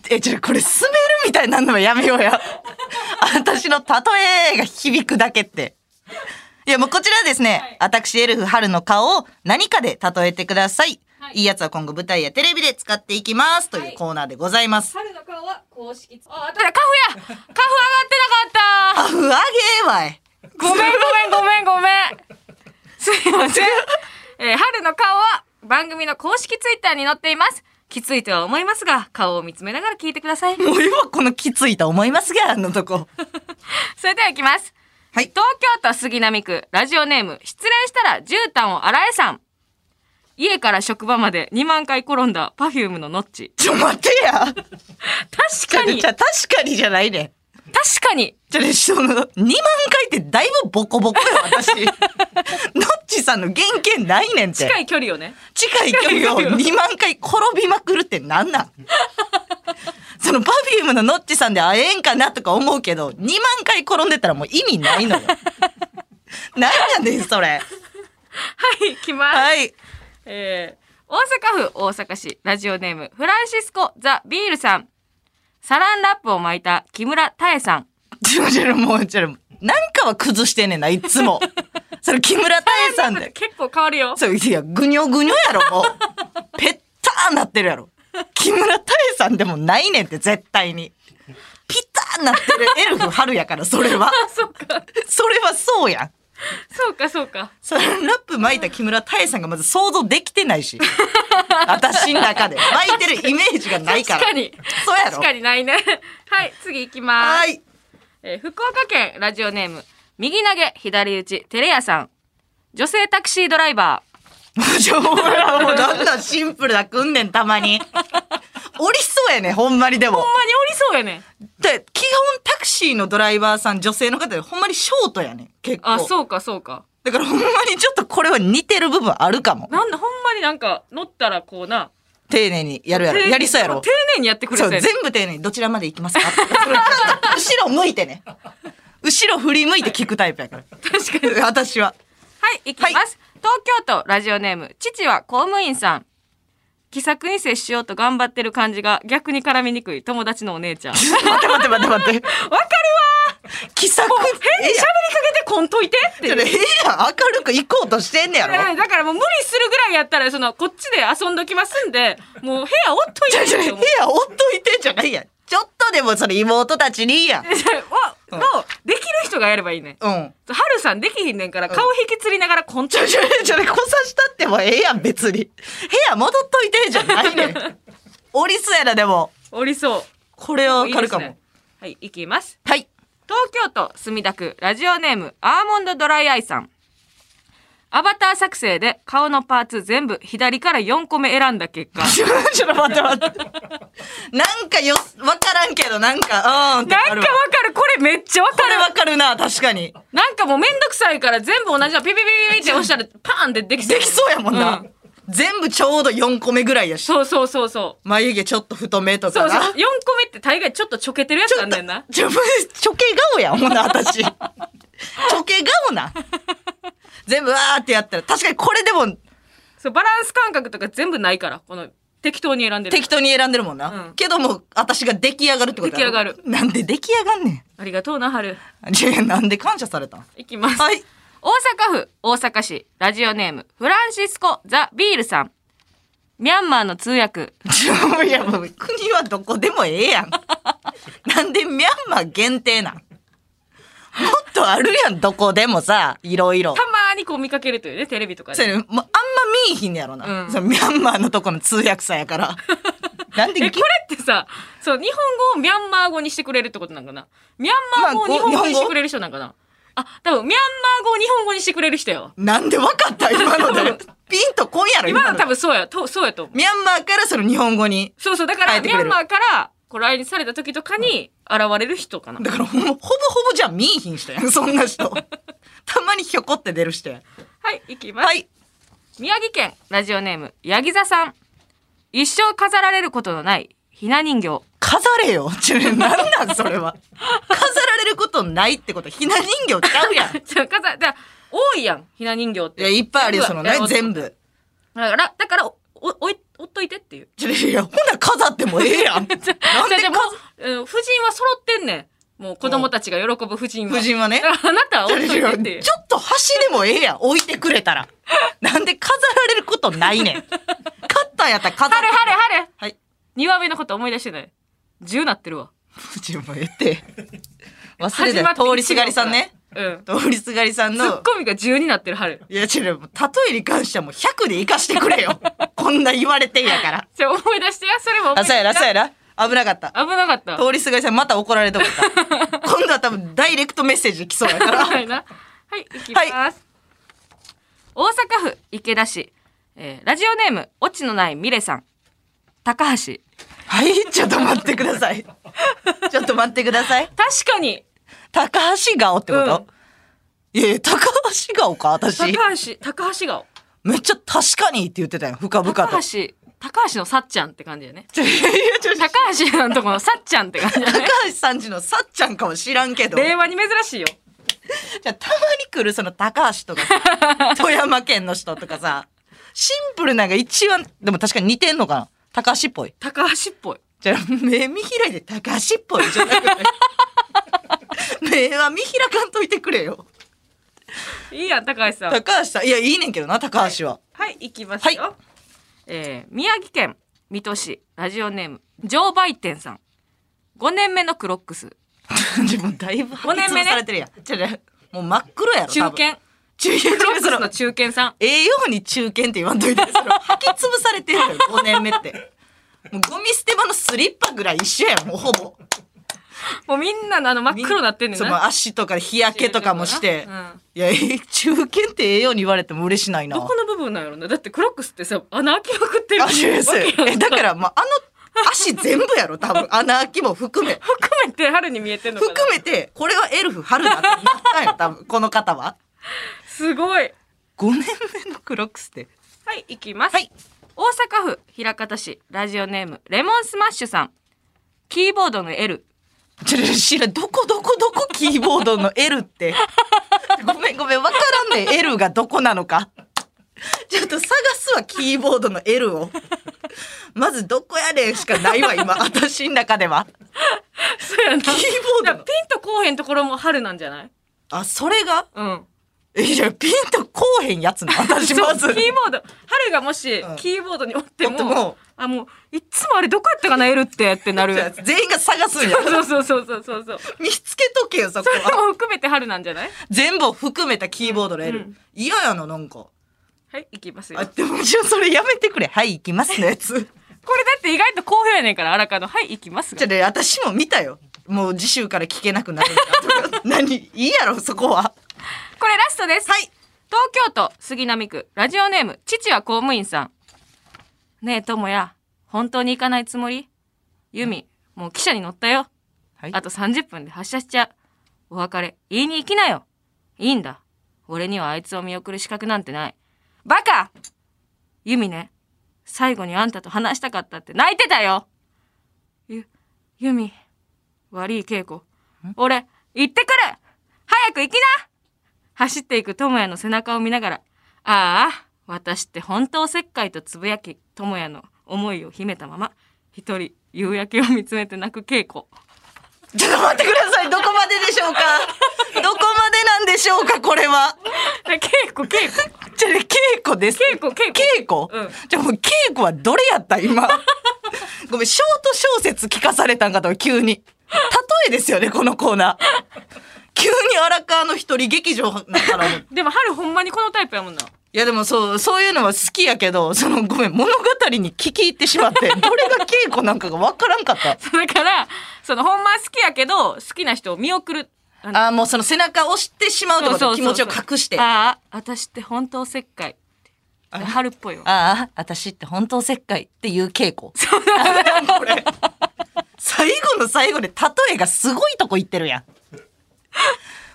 Speaker 1: ええ、ちょ、これ滑るみたいになるのはやめようや。私のたとえが響くだけって。いや、もうこちらですね、私エルフ春の顔を何かで例えてください。
Speaker 2: はい
Speaker 1: い、いやつは今後舞台やテレビで使っていきますというコーナーでございます。
Speaker 2: 春の顔は公式。あ、あとだ、カフや。カフ上がってなか
Speaker 1: あ、
Speaker 2: っ
Speaker 1: ふあげーわい。
Speaker 2: た。ごめん、ごめん、ごめん、ごめん。すいません。えー春の顔は番組の公式ツイッターに載っています。きついとは思いますが、顔を見つめながら聞いてください。
Speaker 1: もう今このきついと思いますが、あのとこ。
Speaker 2: それでは行きます。
Speaker 1: はい
Speaker 2: 東京都杉並区、ラジオネーム、失恋したら絨毯を洗えさん。家から職場まで2万回転んだパフュームのノッチ。
Speaker 1: ちょ、待てや。
Speaker 2: 確かに、
Speaker 1: じゃ
Speaker 2: 確
Speaker 1: 確かにじゃないね。
Speaker 2: かに。
Speaker 1: じゃね、その、2万回ってだいぶボコボコよ、私。 ノッチさんの原型ないねんって。
Speaker 2: 近い距離をね。
Speaker 1: 近い距離を
Speaker 2: 近い距離を
Speaker 1: 2万回転びまくるってなんなんそのパフュームのノッチさんで会えんかなとか思うけど、2万回転んでたらもう意味ない のよ。何やねん、それ。
Speaker 2: はい、行きます。
Speaker 1: はい。
Speaker 2: えー大阪府大阪市ラジオネームフランシスコ・ザ・ビールさんサランラップを巻いた木村多江さん
Speaker 1: ちょちょ、もうちょ、なんかは崩してんねんな、いつも。それ木村多江さんで。
Speaker 2: 結構変わるよ
Speaker 1: そう、いや、ぐにょぐにょや ろ、もう。ぺったーなってるやろ。木村多江さんでもないねんって、絶対に。ピターなってるエルフ春やから、それ は。
Speaker 2: そうか
Speaker 1: それはそうやん。
Speaker 2: そうかそうか
Speaker 1: そのラップ巻いた木村多江さんがまず想像できてないし。私の中で。巻いてるイメージがないから。
Speaker 2: 確かに
Speaker 1: そうやろ。
Speaker 2: 確かにないねはい次行きます
Speaker 1: はい。
Speaker 2: えー福岡県ラジオネーム右投げ左打ちテレヤさん女性タクシードライバー
Speaker 1: ちょ、ほら、もうどんどんシンプルなくんねん、たまに。おりそうやねん、ほんまにでも
Speaker 2: ほん。まにおりそうやねん
Speaker 1: で、基本タクシーのドライバーさん、女性の方でほんまにショートやねん、結構。
Speaker 2: あそうかそうか
Speaker 1: だからほんまにちょっとこれは似てる部分あるかも。
Speaker 2: なんだほんまになんか乗ったらこうな
Speaker 1: 丁寧にやるやろ。
Speaker 2: 丁寧に
Speaker 1: やりそうやろ
Speaker 2: 丁。寧にやってくれ
Speaker 1: そ
Speaker 2: て
Speaker 1: う、全部丁寧に。どちらまで行きますか後ろ向いてね。後ろ振り向いて聞くタイプやから。確かに。私は。
Speaker 2: はい、行きます。東京都ラジオネーム、父は公務員さん。気さくに接しようと頑張ってる感じが逆に絡みにくい友達のお姉ちゃん変に
Speaker 1: 待って待って待って待って。わかるわ。気さく。
Speaker 2: 喋りかけてこんといてっていう
Speaker 1: それええやん明るく行こうとしてんねやろ。
Speaker 2: うんだからもう無理するぐらいやったらそのこっちで遊んどきますんでもう部屋おっと
Speaker 1: じゃ
Speaker 2: い
Speaker 1: じ
Speaker 2: て
Speaker 1: ゃ
Speaker 2: っ
Speaker 1: 部
Speaker 2: て
Speaker 1: 屋
Speaker 2: 思う
Speaker 1: おっといてんじゃないやん。ちょっとでもそれ妹たちにいいやん。
Speaker 2: をのできる人がやればいいね
Speaker 1: うん。
Speaker 2: はるさんできひんねんから顔引きつりながらこんと
Speaker 1: ちょちょちょこさしたってもええやん別に。部屋戻っといてんじゃないねん。おりそうやなでも。
Speaker 2: おりそう
Speaker 1: これはわかるかも。
Speaker 2: いいですねはいいきます
Speaker 1: はい。
Speaker 2: 東京都墨田区ラジオネームアーモンドドライアイさんアバター作成で顔のパーツ全部左から4個目選んだ結果
Speaker 1: ちょ ちょ待って待って。なんかよわからんけどなんかうんって
Speaker 2: なん
Speaker 1: あ
Speaker 2: かわ
Speaker 1: る
Speaker 2: か
Speaker 1: わ
Speaker 2: るこれめっちゃわ
Speaker 1: こ
Speaker 2: か
Speaker 1: れ
Speaker 2: る
Speaker 1: わかるな確かに。
Speaker 2: なんかもうめんどくさいから全部同じのピピピピピって押したらパーンってできそう
Speaker 1: できそうやもんな、
Speaker 2: うん
Speaker 1: 全部ちょうど4個目ぐらいやし
Speaker 2: そうそうそうそう
Speaker 1: 眉毛ちょっと太めと
Speaker 2: そ
Speaker 1: か
Speaker 2: うそう
Speaker 1: な
Speaker 2: 4個目って大概ちょっとちょけてるやつ
Speaker 1: ちょ
Speaker 2: あ
Speaker 1: っ
Speaker 2: ん
Speaker 1: と
Speaker 2: ねんな
Speaker 1: ちょちょけ顔やほんな私ちょけ顔な全部わーってやったら確かにこれでも
Speaker 2: そうバランス感覚とか全部ないからこの適当に選んでる
Speaker 1: 適当に選んでるもんな、
Speaker 2: うん
Speaker 1: けども私が出来上がるってことやろ
Speaker 2: 出来上がる
Speaker 1: なんで出来上がんね
Speaker 2: ありがとうな春
Speaker 1: んいやなんで感謝された ん
Speaker 2: いきます
Speaker 1: はい
Speaker 2: 大阪府大阪市ラジオネームフランシスコ・ザ・ビールさんミャンマーの通訳
Speaker 1: ちょいやもう国はどこでもええ やんなんでミャンマー限定なんもっとあるやんどこでもさいろいろ
Speaker 2: たまーにこう見かけるというねテレビとか
Speaker 1: そ
Speaker 2: で
Speaker 1: れもうあんま見えひんねやろな、
Speaker 2: うん
Speaker 1: そのミャンマーのとこの通訳さんやから なんで
Speaker 2: え
Speaker 1: ぎ
Speaker 2: これってさそう日本語をミャンマー語にしてくれるってことなんかなミャンマー語を
Speaker 1: まあ
Speaker 2: 日
Speaker 1: こう
Speaker 2: 本語に
Speaker 1: 日
Speaker 2: し
Speaker 1: 本
Speaker 2: て
Speaker 1: 語
Speaker 2: くれる人なんかなあ多分ミャンマー語を日本語にしてくれる人やわ
Speaker 1: なんでわかった今の でピンとこんやろ
Speaker 2: 今の多
Speaker 1: で
Speaker 2: 分そうやとそうやと思う
Speaker 1: ミャンマーからその日本語に
Speaker 2: そうそうだか
Speaker 1: 変
Speaker 2: ら
Speaker 1: えて
Speaker 2: ミ
Speaker 1: くれ
Speaker 2: ャ
Speaker 1: る
Speaker 2: ンマーからこう来日された時とかに現れる人かな
Speaker 1: だからほぼほぼほぼじゃあ見えひん人やんそんな人たまにひょこって出る人やん
Speaker 2: はい行きます、
Speaker 1: はい
Speaker 2: 宮城県ラジオネームヤギ座さん一生飾られることのないひな人形
Speaker 1: 飾れよちょなんなんそれは飾られることないってことひな人形ちゃうやんい
Speaker 2: じゃあ飾じゃあ多いやんひな人形って
Speaker 1: やいっぱいあるよそのね
Speaker 2: 全部
Speaker 1: 全部
Speaker 2: だからだからおおおいおっといてっていう
Speaker 1: ちょいやほんなら飾ってもええやんなんで
Speaker 2: じゃあじゃあもううん夫人は揃ってんねんもう子供たちが喜ぶ夫人は
Speaker 1: 夫人は ね
Speaker 2: だからあなたはおっとい てっていう
Speaker 1: ちょっと箸でもええやん置いてくれたらなんで飾られることないねん買ったんやったら飾って
Speaker 2: はれはれはれ
Speaker 1: はい
Speaker 2: 2話目のこと思い出してない10なってるわ
Speaker 1: ちょもうええって忘れ
Speaker 2: 始
Speaker 1: て
Speaker 2: まって
Speaker 1: 通りすがりさんね
Speaker 2: うん
Speaker 1: 通りすがりさん
Speaker 2: ツッ
Speaker 1: の
Speaker 2: コミが10になってる春
Speaker 1: いやちょ例えに関してはもう100で生かしてくれよ こんな言われてんやから
Speaker 2: じゃあ思い出してやそれも思い
Speaker 1: あ
Speaker 2: 出
Speaker 1: そうやらそう
Speaker 2: や
Speaker 1: やら危なかった
Speaker 2: 危なかった
Speaker 1: 通りすがりさんまた怒られとこ た今度は多分ダイレクトメッセージ来そうやから
Speaker 2: はいな。はい、行きます。大阪府池田市、えーラジオネーム、オチのないミレさん。高橋。
Speaker 1: はいちょっと待ってくださいちょっと待ってください
Speaker 2: 確かに。
Speaker 1: 高橋顔ってこと、いやいや高橋顔か私
Speaker 2: 高橋、高橋顔。
Speaker 1: めっちゃ確かにって言ってたよ深々と
Speaker 2: 高橋、高橋のさっちゃんって感じだよね。
Speaker 1: いやいやちょ
Speaker 2: 高橋のとこのさっちゃんって感じだ
Speaker 1: 高
Speaker 2: ね。
Speaker 1: 橋さんちのさっちゃんかも知らん けど
Speaker 2: 令和に珍しいよ。
Speaker 1: じゃあたまに来るその高橋と かさ富山県の人とかさシンプルなんか一番でも確かに似てんのかな高橋っぽい
Speaker 2: 高橋っぽい。
Speaker 1: じゃあ目見開いて高橋っぽいじゃな くて目は見開かんといてくれよ
Speaker 2: いいやん、高橋さん。
Speaker 1: 高橋さんいやいいねんけどな高橋は、
Speaker 2: はい、行きますよ。
Speaker 1: は
Speaker 2: えー宮城県水戸市、ラジオネーム、ジョー・バイテンさん。5年目のクロックス。
Speaker 1: 自分だいぶ
Speaker 2: 五年目ね
Speaker 1: されてるやんじゃあねもう真っ黒やろ
Speaker 2: 中
Speaker 1: 多分
Speaker 2: 堅。
Speaker 1: 中堅
Speaker 2: クロック
Speaker 1: そ
Speaker 2: ス
Speaker 1: の
Speaker 2: の中堅さん。
Speaker 1: ええように中堅って言わんといて、その吐き潰されてるのよ、5年目って。もうゴミ捨て場のスリッパぐらい一緒やん、もうほぼ。
Speaker 2: もうみんなのあの真っ黒なってんねん
Speaker 1: その
Speaker 2: な。
Speaker 1: 足とか日焼けとかもして。
Speaker 2: うん
Speaker 1: いや、ええ中堅ってええように言われても嬉しないな。
Speaker 2: どこの部分なんやろな。だってクロックスってさ、穴開きまくってる。
Speaker 1: あそうです
Speaker 2: わけやんか
Speaker 1: えだから、まあ、あの足全部やろ、多分。穴開きも含め。
Speaker 2: 含めて春に見えてんのかな。
Speaker 1: 含めて、これはエルフ春だってなったんや、多分、この方は。
Speaker 2: すごい。
Speaker 1: 5年目のクロックスって。
Speaker 2: はい、行きます。
Speaker 1: はい
Speaker 2: 大阪府枚方市、ラジオネーム、レモンスマッシュさん。キーボードの L。
Speaker 1: ちょっと知らんどこどこどこキーボードの L って。 ごめんごめん、わからんねん L がどこなのか。ちょっと探すわ、キーボードの L を。まずどこやねんしかないわ、今。私の中では。
Speaker 2: そうやな。キー
Speaker 1: ボードなの
Speaker 2: ピンとこうへんところも春なんじゃない
Speaker 1: あ、それが
Speaker 2: うん。
Speaker 1: え、いや、ピンとこうへんやつな。私まず
Speaker 2: そう。キーボード。春がもし
Speaker 1: うん、
Speaker 2: キーボードにおって
Speaker 1: おっても
Speaker 2: も、あ、もう、いっつもあれどこやったかな、L ってって なる。
Speaker 1: 全員が探すんや。
Speaker 2: そう そうそうそうそうそう。
Speaker 1: 見つけとけよ、そこ
Speaker 2: それ
Speaker 1: は。
Speaker 2: も含めて春なんじゃない
Speaker 1: 全部を含めたキーボードの
Speaker 2: う
Speaker 1: L
Speaker 2: ん。
Speaker 1: 嫌やな、なんか。
Speaker 2: はい、いきますよ。
Speaker 1: あ、
Speaker 2: こ
Speaker 1: でも、じゃあそれやめてくれ。はい、行きますのやつ。
Speaker 2: れだって意外と好評やねんから、あらかの。はい、いきます
Speaker 1: じゃ
Speaker 2: が
Speaker 1: あ。ね、私も見たよ。もう次週から聞けなくなるんだとか何いいやろ、そこは。
Speaker 2: これラストです。
Speaker 1: はい。
Speaker 2: 東京都杉並区、ラジオネーム、父は公務員さん。ねえ、ともや、本当に行かないつもりユミ、もう汽車に乗ったよ。
Speaker 1: はい
Speaker 2: あと30分で発車しちゃう。お別れ、言いに行きなよ。いいんだ。俺にはあいつを見送る資格なんてない。バカユミね、最後にあんたと話したかったって泣いてたよゆ、ユミ、悪い稽古。俺、行ってくる早く行きな走っていく智也の背中を見ながら、ああ、私って本当おせっかいとつぶやき、智也の思いを秘めたまま、一人、夕焼けを見つめて泣く稽古。
Speaker 1: ちょっと待ってください。どこまででしょうかどこまでなんでしょうかこれは。
Speaker 2: 稽古、稽古。
Speaker 1: じゃあね、稽古です。
Speaker 2: 稽古 稽古
Speaker 1: 稽古、
Speaker 2: うん
Speaker 1: じゃあもう稽古はどれやった今。ごめん、ショート小説聞かされたんかと、急に。例えですよね、このコーナー。急に荒川の一人劇場なんかな思って
Speaker 2: でも春ほんまにこのタイプやもんな。
Speaker 1: いやでもそう、そういうのは好きやけど、そのごめん、物語に聞き入ってしま って、どれが稽古なんかがわからんかった。
Speaker 2: だから、そのほんまは好きやけど、好きな人を見送る。あの
Speaker 1: ああ、もうその背中を押してしまうと
Speaker 2: そ
Speaker 1: か
Speaker 2: う
Speaker 1: 気
Speaker 2: そうそ
Speaker 1: 持
Speaker 2: う
Speaker 1: ち
Speaker 2: そ
Speaker 1: を
Speaker 2: う
Speaker 1: 隠して。あ
Speaker 2: ああ、私って本当おせっかい。春っぽいわ。
Speaker 1: あ、私って本当せっかいっていう稽古。これ。 最後の最後で例えがすごいとこ行ってるやん。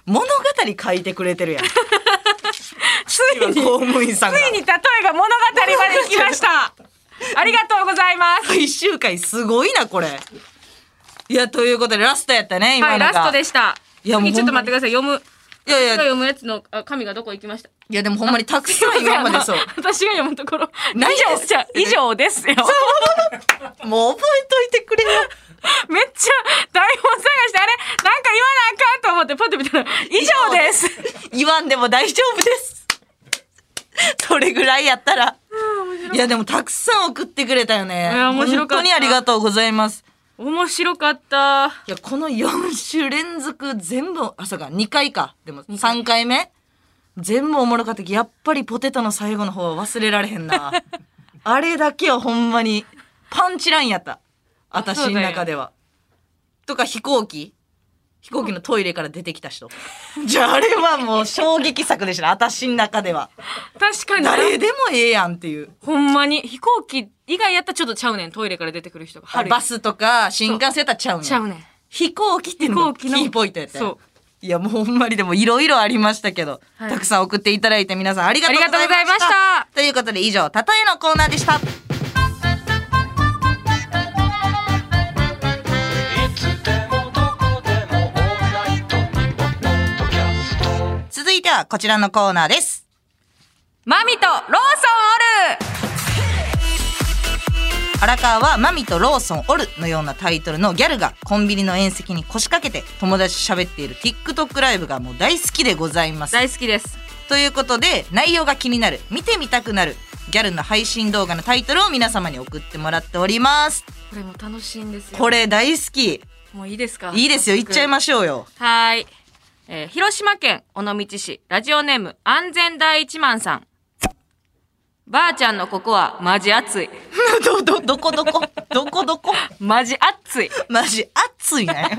Speaker 1: 物語書いてくれてるやん。
Speaker 2: つい
Speaker 1: 今
Speaker 2: に、つ
Speaker 1: 公務員さんが。
Speaker 2: いに例えが物語まで来ました。 ありがとうございます。
Speaker 1: 最終回すごいな、これ。いや、ということでラストやったね、今
Speaker 2: は
Speaker 1: の
Speaker 2: い、
Speaker 1: が。
Speaker 2: ラストでした。
Speaker 1: いやもう
Speaker 2: 次ちょっと待ってください。読む。
Speaker 1: いやいや
Speaker 2: 私が読むやつのあ紙がどこ行きました。
Speaker 1: いや、でもほんまにたくさん今までそう。
Speaker 2: 私が読むところ。以
Speaker 1: ないです
Speaker 2: 上、じゃあ以上ですよ。
Speaker 1: もう覚えといてくれよ。
Speaker 2: めっちゃ台本探して、あれなんか言わなあかんと思ってパッて見たら、以上です。
Speaker 1: 言わんでも大丈夫です。それぐらいやったら。いや、でもたくさん送ってくれたよね。
Speaker 2: いや面白かった
Speaker 1: 本当にありがとうございます。
Speaker 2: 面白かった。
Speaker 1: いや、この4週連続全部、あ、そうか、2回か。でも3回目全部おもろかったけど、やっぱりポテトの最後の方は忘れられへんな。あれだけはほんまに、パンチラインやった。私の中では。とか飛行機飛行機のトイレから出てきた人。じゃああれはもう衝撃作でした。私の中では。
Speaker 2: 確かに。
Speaker 1: 誰でもええやんっていう。
Speaker 2: ほんまに、飛行機以外やったらちょっとちゃうねん。トイレから出てくる人が。
Speaker 1: バスとか新幹線やったらちゃうねん
Speaker 2: ちゃうねん。
Speaker 1: 飛行機っていうのがキ
Speaker 2: 飛行機の
Speaker 1: ーポイントやったよ
Speaker 2: そう
Speaker 1: いやもうほんまにでもいろいろありましたけど、
Speaker 2: はい
Speaker 1: たくさん送っていただいて皆さんありがとうございました
Speaker 2: ありがとうございました
Speaker 1: ということで以上「たとえ」のコーナーでした続いてはこちらのコーナーです
Speaker 2: マミとローソンおる
Speaker 1: 荒川はマミとローソンおるのようなタイトルのギャルがコンビニの縁石に腰掛けて友達と喋っている TikTok ライブがもう大好きでございます
Speaker 2: 大好きです。
Speaker 1: ということで内容が気になる見てみたくなるギャルの配信動画のタイトルを皆様に送ってもらっております
Speaker 2: これも楽しいんですよ。
Speaker 1: これ大好き
Speaker 2: もういいですか
Speaker 1: いいですよ行っちゃいま
Speaker 2: し
Speaker 1: しょうよ
Speaker 2: はーい。えー広島県尾道市、ラジオネーム、安全第一マンさん。ばあちゃんのここは、マジ熱い。
Speaker 1: どどどこどこどこどこ
Speaker 2: マジ熱い。
Speaker 1: マジ熱いなよ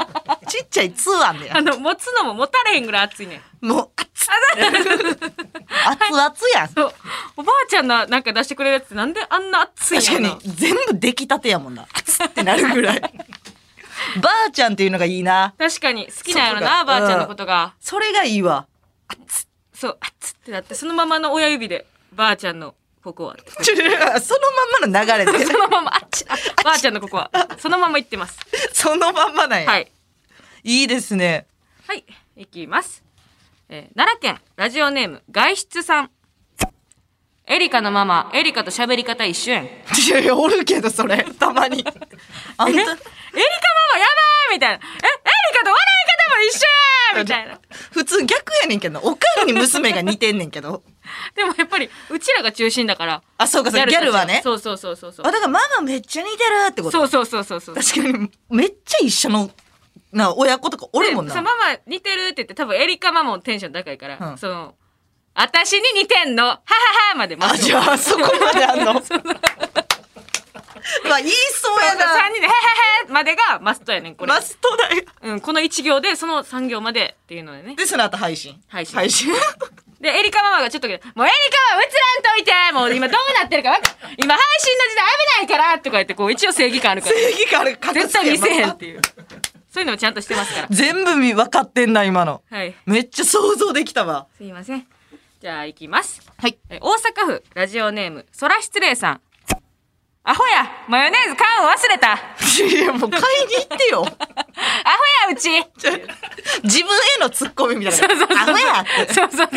Speaker 1: ちっちゃい通案だよ
Speaker 2: あの、持つのも持たれへんぐらい熱いねん。
Speaker 1: もう 熱熱々やん
Speaker 2: そう。おばあちゃんのなんか出してくれるやつ、なんであんな熱いの
Speaker 1: 確かに全部出来たてやもんな熱ってなるぐ らいばあちゃんっていうのがいいな
Speaker 2: 確かに、好きなんやろ
Speaker 1: そ
Speaker 2: な、
Speaker 1: うか
Speaker 2: ばあちゃんのことが。
Speaker 1: それがいい わ
Speaker 2: そう、熱ってなって、そのままの親指で、ばあちゃんのここは。
Speaker 1: ちょそのまんまの流れで
Speaker 2: そのまま、あっち、あばあちゃんのここは。そのまま行ってます。
Speaker 1: そのまんまなんや、、
Speaker 2: はいい。
Speaker 1: いですね
Speaker 2: はい、いきます。えー奈良県ラジオネーム外出さん。エリカのママ、エリカと喋り方一緒やん。エリカ
Speaker 1: いやいや、おるけど、それ。 たまに。あんた、
Speaker 2: ママやばいみたいな。え、エリカと笑い方も一緒やんみ たいな。
Speaker 1: 普通逆やねんけど、おかんに娘が似てんねんけど。
Speaker 2: でもやっぱり、うちらが中心だから。
Speaker 1: あ、そうか、そうかギャルはね。
Speaker 2: そうそうそうそうそう
Speaker 1: あ、だ。からママめっちゃ似てるってこと。
Speaker 2: そうそうそうそうそう。
Speaker 1: 確かに、めっちゃ一緒の、な、親子とかおるもん
Speaker 2: でそ
Speaker 1: な
Speaker 2: う。ママ似てるって言って、多分エリカママもテンション高いから、
Speaker 1: うん
Speaker 2: その、私に似てんの、はははまで待
Speaker 1: あ、
Speaker 2: つ
Speaker 1: じゃあ、そこまであんの。ま
Speaker 2: そうそう
Speaker 1: あ、言いそうや
Speaker 2: 3
Speaker 1: な。
Speaker 2: 人で、へへへまでがマストやねん、これ。
Speaker 1: マストだよ。
Speaker 2: うん、この1行で、その3行までっていうのでね。
Speaker 1: で、その後配信。
Speaker 2: 配信
Speaker 1: 配 信。
Speaker 2: で、エリカママがちょっと、もうエリカは映らんといてもう今どうなってるかわか今配信の時代危ないからとか言って、こう一応正義感あ るから。
Speaker 1: 正義感ある隠
Speaker 2: 絶
Speaker 1: すやん
Speaker 2: 対見せへんっていう。そういうのもちゃんとしてますから。
Speaker 1: 全部見分かってんな、今の。
Speaker 2: はい。
Speaker 1: めっちゃ想像できたわ。
Speaker 2: すいません。じゃあ、行きます。
Speaker 1: はい。
Speaker 2: え大阪府ラジオネームそら失礼さんアホやマヨネーズ缶を忘れたア
Speaker 1: いや、もう買いに行って よ。
Speaker 2: ホやうち
Speaker 1: 自分へのツッコミみたいな。
Speaker 2: そうそうそう
Speaker 1: アホやって。
Speaker 2: そうそうそう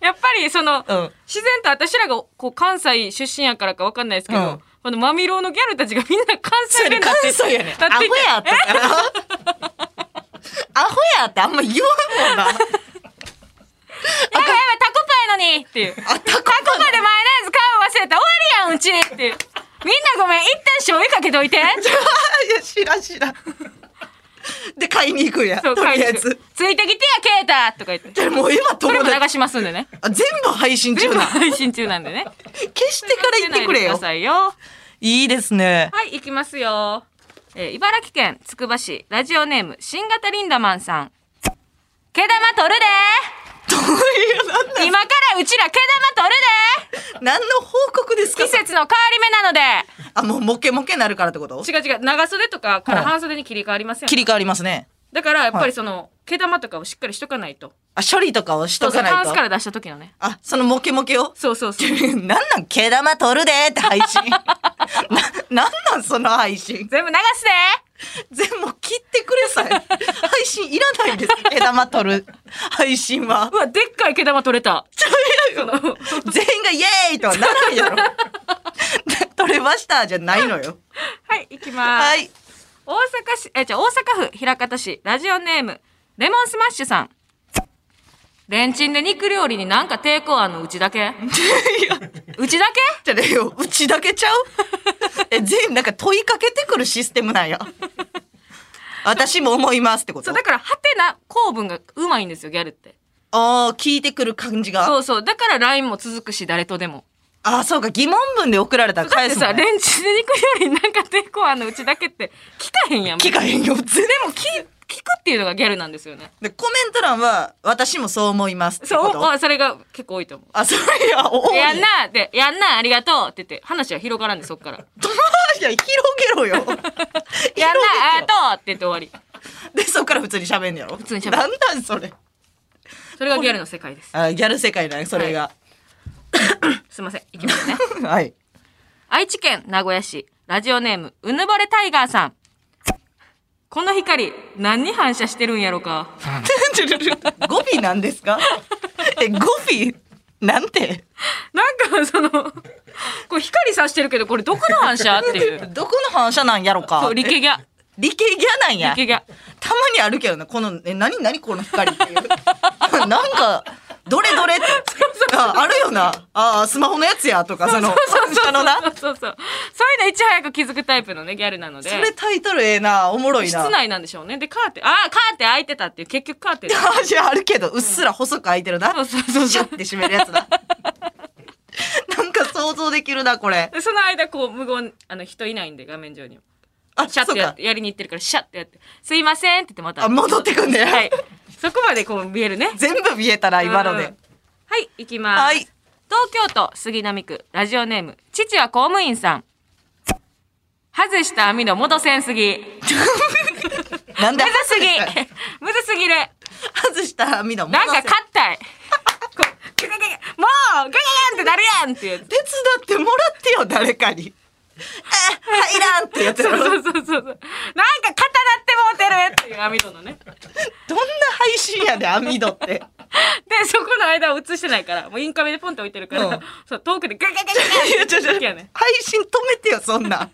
Speaker 2: やっぱりその、
Speaker 1: うん
Speaker 2: 自然と私らがこう関西出身やからかわかんないですけど、
Speaker 1: うん
Speaker 2: このマミローのギャルたちがみんな関
Speaker 1: そうや
Speaker 2: 西弁
Speaker 1: ね、関西やね。
Speaker 2: だ
Speaker 1: ア
Speaker 2: っ
Speaker 1: ホ
Speaker 2: て
Speaker 1: やって。アホやってあんま言わん もんな。
Speaker 2: やばいやばいタコパやのにっていう
Speaker 1: あ、たこ
Speaker 2: タコパでマヨネーズ缶を忘れた終わりやんうちっていうみんなごめん一旦醤油かけとい て
Speaker 1: いや、知らん知らん。で、買いに行くんや。とりあえ
Speaker 2: 書い
Speaker 1: ず
Speaker 2: て。ついてきてやケータとか言って
Speaker 1: でもう今
Speaker 2: それ
Speaker 1: 友
Speaker 2: も流
Speaker 1: 達、
Speaker 2: しますんでね
Speaker 1: あ全部配信中
Speaker 2: 全部
Speaker 1: だ。
Speaker 2: 配信中なんでね。
Speaker 1: 消してから言ってくれ
Speaker 2: 見ないで
Speaker 1: よ
Speaker 2: くだ。さいよ。はい
Speaker 1: いです ね。
Speaker 2: い、行きますよ。えー茨城県つくば市ラジオネーム新型リンダマンさん。毛玉取る
Speaker 1: どういう、
Speaker 2: でー今からうちら毛玉取る
Speaker 1: なんの報告ですか
Speaker 2: でー季節の変わり目なので
Speaker 1: あ、もうモケモケなるからってこと
Speaker 2: 違う違う、長袖とかから
Speaker 1: はい
Speaker 2: 半袖に切り替わりません、
Speaker 1: 切り替わりますね。
Speaker 2: だからやっぱ
Speaker 1: は
Speaker 2: り
Speaker 1: い
Speaker 2: その、毛玉とかをしっかりしとかないと。
Speaker 1: あ、処理とかをし
Speaker 2: そ
Speaker 1: と
Speaker 2: うそう、
Speaker 1: か
Speaker 2: タ
Speaker 1: ない
Speaker 2: ンス
Speaker 1: と
Speaker 2: か。ら出した時のね。
Speaker 1: あ、そのモケモケを
Speaker 2: そう そうそう。
Speaker 1: なんなん毛玉取るでーって配 信。な、なんなんその配信。
Speaker 2: 全部流すで
Speaker 1: 全部切ってくれさい。配信いらないです。毛玉取る配信は
Speaker 2: ーう。わ、でっかい毛玉取れた。
Speaker 1: 全員がイエーイとはならん やろ。取れましたじゃないのよ。
Speaker 2: はい、行きま
Speaker 1: は
Speaker 2: す。
Speaker 1: い。
Speaker 2: 大阪市、え、じゃあ大阪府枚方市、ラジオネーム、レモンスマッシュさん。レンチンで肉料理になんか抵抗あんのうち だけうちだけ
Speaker 1: じゃねえ よ。うちだけちゃうえ、全員なんか問いかけてくるシステムなん や。私も思いますってこ
Speaker 2: そ
Speaker 1: と
Speaker 2: う、だから、ハテな構文がうまいんですよ、ギャルって。
Speaker 1: ああ、聞いてくる感じが。
Speaker 2: そうそう。だから LINE も続くし、誰とでも。
Speaker 1: ああ、そうか。疑問文で送られたら
Speaker 2: だっ
Speaker 1: 返
Speaker 2: て
Speaker 1: すも
Speaker 2: さ、
Speaker 1: ん、ね。
Speaker 2: レンチンで肉料理になんか抵抗あんのうちだけって、聞かへんやん。
Speaker 1: 聞
Speaker 2: で
Speaker 1: かへんよ。全然
Speaker 2: も、聞、聞くっていうのがギャルなんですよね。
Speaker 1: で、コメント欄は、私もそう思いますって
Speaker 2: そ
Speaker 1: こ
Speaker 2: う、
Speaker 1: と。
Speaker 2: あそれが結構多いと思
Speaker 1: あ、そういや、お
Speaker 2: う。
Speaker 1: い。
Speaker 2: やんなで、やんなありがとうって言って、話は広がらんで、そっか ら。
Speaker 1: いや、広げ ろよ。
Speaker 2: やんなありがとうって言って終わり。
Speaker 1: で、そっから普通に喋んねやろ。普
Speaker 2: 通に喋る
Speaker 1: なんなんそれ。
Speaker 2: それがギャルの世界です。
Speaker 1: あギャル世界なんやそれが。
Speaker 2: すいません。いきますね。
Speaker 1: はい。
Speaker 2: 愛知県名古屋市、ラジオネーム、うぬぼれタイガーさん。この光、何に反射してるんやろか。
Speaker 1: 語尾なんですかえ、語尾なんて
Speaker 2: なんか、その、これ光さしてるけど、これどこの反射っていう。
Speaker 1: どこの反射なんやろか
Speaker 2: そう、理系ギャ。
Speaker 1: 理系ギャなんや
Speaker 2: 理。系ギャ。
Speaker 1: たまにあるけどな、この、え、何何この光っていう。 なんか、どれどれって。ああるよな。ああ、スマホのやつやとか、その、
Speaker 2: そうそう
Speaker 1: 下のな。
Speaker 2: そうそうそう。そういうのいち早く気づくタイプのね、ギャルなので
Speaker 1: そ。れタイトルええな、おもろいな。
Speaker 2: 室内なんでしょうね。で、カーテン、ああ、カーテン開いてたっていう、結局カーテン。
Speaker 1: あじゃああるけど、うっすら細く開いてるな。
Speaker 2: そうそうそうそう
Speaker 1: シャッて閉めるやつ だ。なんか想像できるな、これ。
Speaker 2: でその間、こう、無言、あの、人いないんで、画面上にも。
Speaker 1: あ、
Speaker 2: シャッ
Speaker 1: そ
Speaker 2: て
Speaker 1: う
Speaker 2: や
Speaker 1: か
Speaker 2: っ。やりに行ってるから、シャッてやって、すいませんって言ってまた。
Speaker 1: あ、戻ってくんね。
Speaker 2: はい。そこまでこう見えるね。
Speaker 1: 全部見えたな、今の
Speaker 2: う
Speaker 1: で
Speaker 2: ん。はい、行きま
Speaker 1: は
Speaker 2: す。
Speaker 1: い。
Speaker 2: 東京都杉並区、ラジオネーム、父は公務員さん。外した網の戻せんすぎ。
Speaker 1: なんで
Speaker 2: むずすぎ。むずすぎる。
Speaker 1: 外した網の
Speaker 2: なんか
Speaker 1: 手伝
Speaker 2: 硬い。こうガガガガもうガガガンってなるやんっていうやつ。
Speaker 1: ってもらってよ、誰かに。あ、入らんってやつ
Speaker 2: そ
Speaker 1: や
Speaker 2: う
Speaker 1: ろ。どんな
Speaker 2: そうそうそう。なんか硬なってもうてるっていう網戸のね。
Speaker 1: 配信やで、網戸って。
Speaker 2: で、そこの間を映してないから、もうインカメでポンって置いてるから、
Speaker 1: うん
Speaker 2: そう、遠くでガガガガガ
Speaker 1: いやちょちょ
Speaker 2: いやね
Speaker 1: 配信止めてよそんなん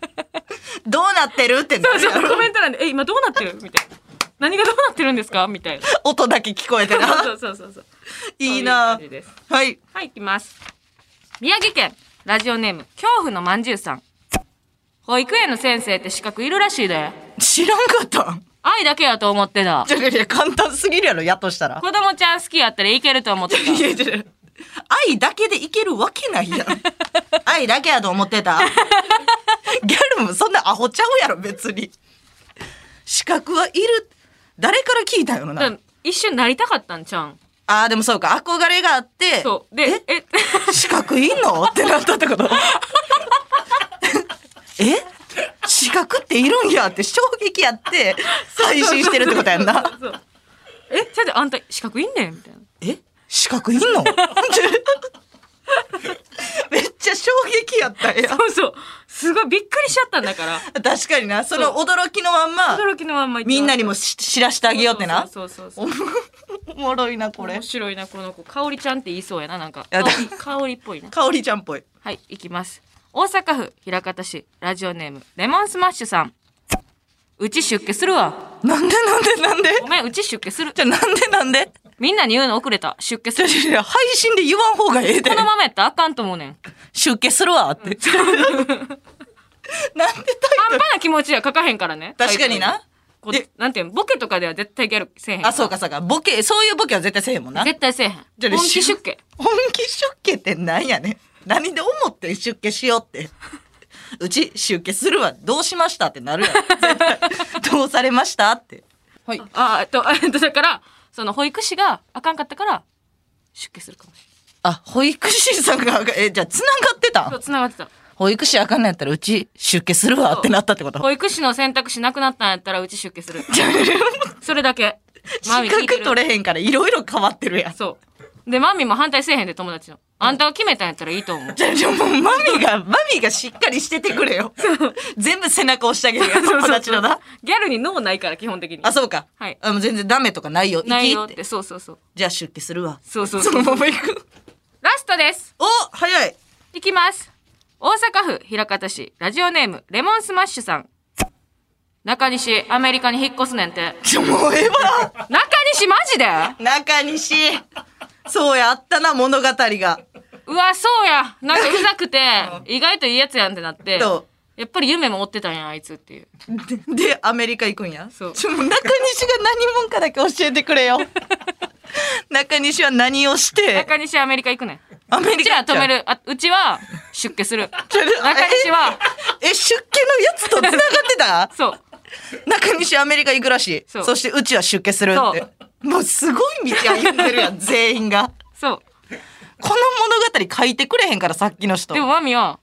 Speaker 1: どうなってるってな
Speaker 2: そう
Speaker 1: る
Speaker 2: そう、コ
Speaker 1: やろ
Speaker 2: メント欄で、え、今どうなってるみたいな。何がどうなってるんですかみ たいな。
Speaker 1: 音だけ聞こえてな
Speaker 2: そうそうそうそう。
Speaker 1: いいな
Speaker 2: そうう感じです
Speaker 1: はい
Speaker 2: はい、いきます。宮城県、ラジオネーム、恐怖のまんじゅうさん。保育園の先生って資格いるらしいで。
Speaker 1: 知らんかったん
Speaker 2: 愛だけやと思ってた。
Speaker 1: ちょちょちょ簡単すぎるやろやっとしたら
Speaker 2: 子供ちゃん好きやったらいけると思ってた。
Speaker 1: いやちょちょ愛だけでいけるわけない やん愛だけやと思ってたギャルもそんなアホちゃうやろ別に資格はいる誰から聞いたよな、
Speaker 2: だから一瞬なりたかったんちゃうん。
Speaker 1: あーでもそうか憧れがあって
Speaker 2: そう。で、え、
Speaker 1: 資格いんのってなったってこと え資格っているんやって衝撃やって配信してるってことやんな
Speaker 2: そう。え、ちょっとあんた資格いんねんみたいな。
Speaker 1: え資格いんのめっちゃ衝撃やったんや
Speaker 2: そうそう。すごいびっくりしちゃったん だから。
Speaker 1: 確かになその驚きのまんま
Speaker 2: 驚きのまんま言って
Speaker 1: みんなに
Speaker 2: も
Speaker 1: もし知らしてあげようってな
Speaker 2: そうそうそうそう。
Speaker 1: おもおもろいなこれ
Speaker 2: 面白いな、この子。香りちゃんって言いそうやな、なんか。
Speaker 1: やだ
Speaker 2: 香り香りっぽいな。
Speaker 1: 香りちゃんっぽい
Speaker 2: はい、いきます。大阪府枚方市、ラジオネーム、レモンスマッシュさん。うち出家するわ。
Speaker 1: なんでなんでなんで
Speaker 2: ごめん、うち出家する
Speaker 1: じ。ゃなんでなんで
Speaker 2: みんなに言うの遅れた。出家す
Speaker 1: ちょ
Speaker 2: る。
Speaker 1: ちょちょ配信で言わん方がええで
Speaker 2: このままやったらあかんと思うねん。
Speaker 1: 出家するわ って。なんでタイト
Speaker 2: 半
Speaker 1: ル
Speaker 2: 端な気持ちは書かへんからね。
Speaker 1: 確かにな。
Speaker 2: こ
Speaker 1: で
Speaker 2: なんていうのボケとかでは絶対ギャルせえへん。
Speaker 1: あ、そう。かそうか。ボケ、そういうボケは絶対せえへんもんな。
Speaker 2: 絶対せえへん。
Speaker 1: じゃあね
Speaker 2: 本気出家。
Speaker 1: 本気出家ってなんやねん何で思って出家しようって。うち出家するわ。どうしましたってなるやん。絶対どうされましたって。はい。
Speaker 2: あ、えっと、 えっと、だから、その保育士があかんかったから、出家するかもし
Speaker 1: あ、保育士さんが、え、じゃあ繋がってた
Speaker 2: れない。そうん繋がってた。
Speaker 1: 保育士あかんのやったらうち出家するわってなったってこと
Speaker 2: 保育士の選択肢なくなったんやったら、うち出家 する。それだ け。マミ
Speaker 1: 資
Speaker 2: 聞いて
Speaker 1: 格
Speaker 2: る
Speaker 1: 取れへんからいろいろ変わってるやん。
Speaker 2: そう。で、マミも反対せえへんで、友達の。あんたが決めたんやったらいいと 思う。
Speaker 1: じゃあじゃあもうマミが、マミがしっかりしててくれよ。全部背中押してあげるよ、友達のな。
Speaker 2: ギャルに脳ないから、基本的に。
Speaker 1: あ、そうか。
Speaker 2: はい
Speaker 1: あもう全然ダメとかないよ。
Speaker 2: ない
Speaker 1: 行
Speaker 2: よっ、
Speaker 1: きってて。
Speaker 2: そうそうそう。
Speaker 1: じゃあ出家するわ。
Speaker 2: そうそう
Speaker 1: そのまま行く。
Speaker 2: ラストです。
Speaker 1: お早い。
Speaker 2: いきます。大阪府枚方市、ラジオネーム、レモンスマッシュさん。中西、アメリカに引っ越すねんて。
Speaker 1: ちょ、もうええわ。
Speaker 2: 中西マジで
Speaker 1: 中西。そうや、あったな、物語が。
Speaker 2: うわ、そうや。なんかうざくて、意外といいやつやんってなって。
Speaker 1: そ
Speaker 2: やっぱり夢も追ってたんや、あいつっていう。
Speaker 1: で、 でアメリカ行くんや。
Speaker 2: そう
Speaker 1: ちょ、もう中西が何者かだけ教えてくれ よ。中西は何をして、
Speaker 2: 中西アメリカ行くねん。
Speaker 1: アメ
Speaker 2: う
Speaker 1: リ
Speaker 2: ち
Speaker 1: カ行
Speaker 2: ら
Speaker 1: っちゃ
Speaker 2: 止
Speaker 1: う
Speaker 2: め。る。あうちは出家する。
Speaker 1: ちょちょ
Speaker 2: 中西は、
Speaker 1: え、出家のやつと繋がってた
Speaker 2: そう。
Speaker 1: 中西アメリカ行くらしい。
Speaker 2: そ
Speaker 1: そうしてうちは出家するっ
Speaker 2: そ
Speaker 1: て。もうすごい道歩んでる やん、全員が。
Speaker 2: そ
Speaker 1: この物語書いてくれへんから、さっきの
Speaker 2: う。
Speaker 1: 人
Speaker 2: で。もマミは、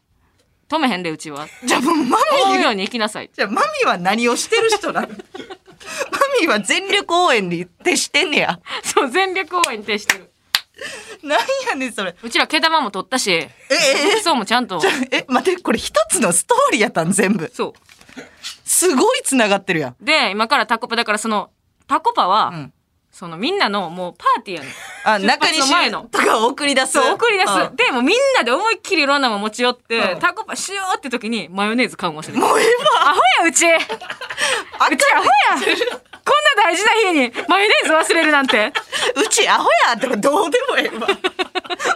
Speaker 2: 止めへんで、うちは。
Speaker 1: じゃあもうマ
Speaker 2: 思う
Speaker 1: ミ
Speaker 2: ように行きなさい。
Speaker 1: じゃあマミは何をしてる人 なのマミは全力応援に徹してんねや。
Speaker 2: そう、全力応援に徹してる。
Speaker 1: なんやねん、それ。
Speaker 2: うちら毛玉も取ったし、服装もちゃんと
Speaker 1: ちょ。え、待って、これ一つのストーリーやったん、全部。
Speaker 2: そ
Speaker 1: すごい繋がってるやん。
Speaker 2: う。で、今からタコパ、だからその、タコパは、
Speaker 1: ん
Speaker 2: そのみんなのもうパーティーやねん。
Speaker 1: あ、
Speaker 2: 出
Speaker 1: 中
Speaker 2: 発の前
Speaker 1: 西
Speaker 2: の
Speaker 1: とか送り出す。
Speaker 2: そう、送り出す
Speaker 1: あ。
Speaker 2: で、もうみんなで思いっきりいろんなもん持ち寄って、
Speaker 1: うん
Speaker 2: タコパしようって時にマヨネーズ緩和してる。
Speaker 1: もうええわ
Speaker 2: アホや、うちうち
Speaker 1: あ
Speaker 2: アホやこんな大事な日にマヨネーズ忘れるなんて。
Speaker 1: うちアホやとかどうでもええわ。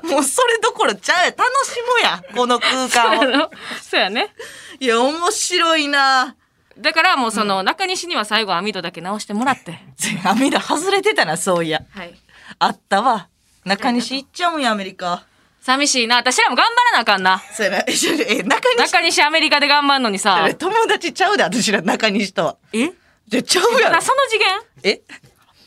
Speaker 1: もうそれどころちゃうや楽しもうや、この空
Speaker 2: あ
Speaker 1: 間 を。
Speaker 2: のそうやね。
Speaker 1: いや、面白いな。
Speaker 2: だからもうその、中西には最後網戸だけ直してもらって。
Speaker 1: 網戸外れてたな、そういや。
Speaker 2: はい。
Speaker 1: あったわ。中西行っちゃうんや、アメリカ。
Speaker 2: 寂しいな。私らも頑張らなあかんな。
Speaker 1: そうやな。え、ちょえ中西
Speaker 2: 中西アメリカで頑張んのにさ。
Speaker 1: 友達ちゃうで、私ら中西とは。
Speaker 2: え
Speaker 1: じゃ、ちゃうやろ
Speaker 2: な。その次元
Speaker 1: え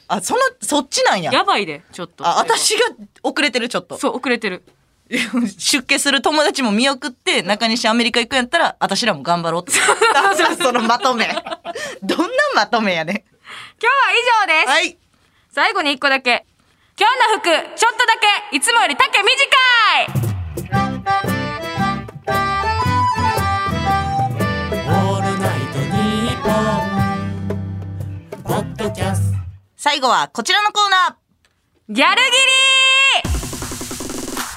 Speaker 1: あ、その、そっちなんや。
Speaker 2: やばいで、ちょっと。
Speaker 1: あ、私が遅れてる、ちょっと。
Speaker 2: そう、遅れてる。
Speaker 1: 出家する友達も見送って、中西アメリカ行くんやったら、私らも頑張ろうって。なんだ そのまとめ。どんなまとめやね
Speaker 2: 今日は以上です。
Speaker 1: はい。
Speaker 2: 最後に一個だけ。今日の服、ちょっとだけ、いつもより丈短い
Speaker 5: オールナイトニッポン」ポッドキャスト
Speaker 1: 最後はこちらのコーナー。
Speaker 2: ギャルギ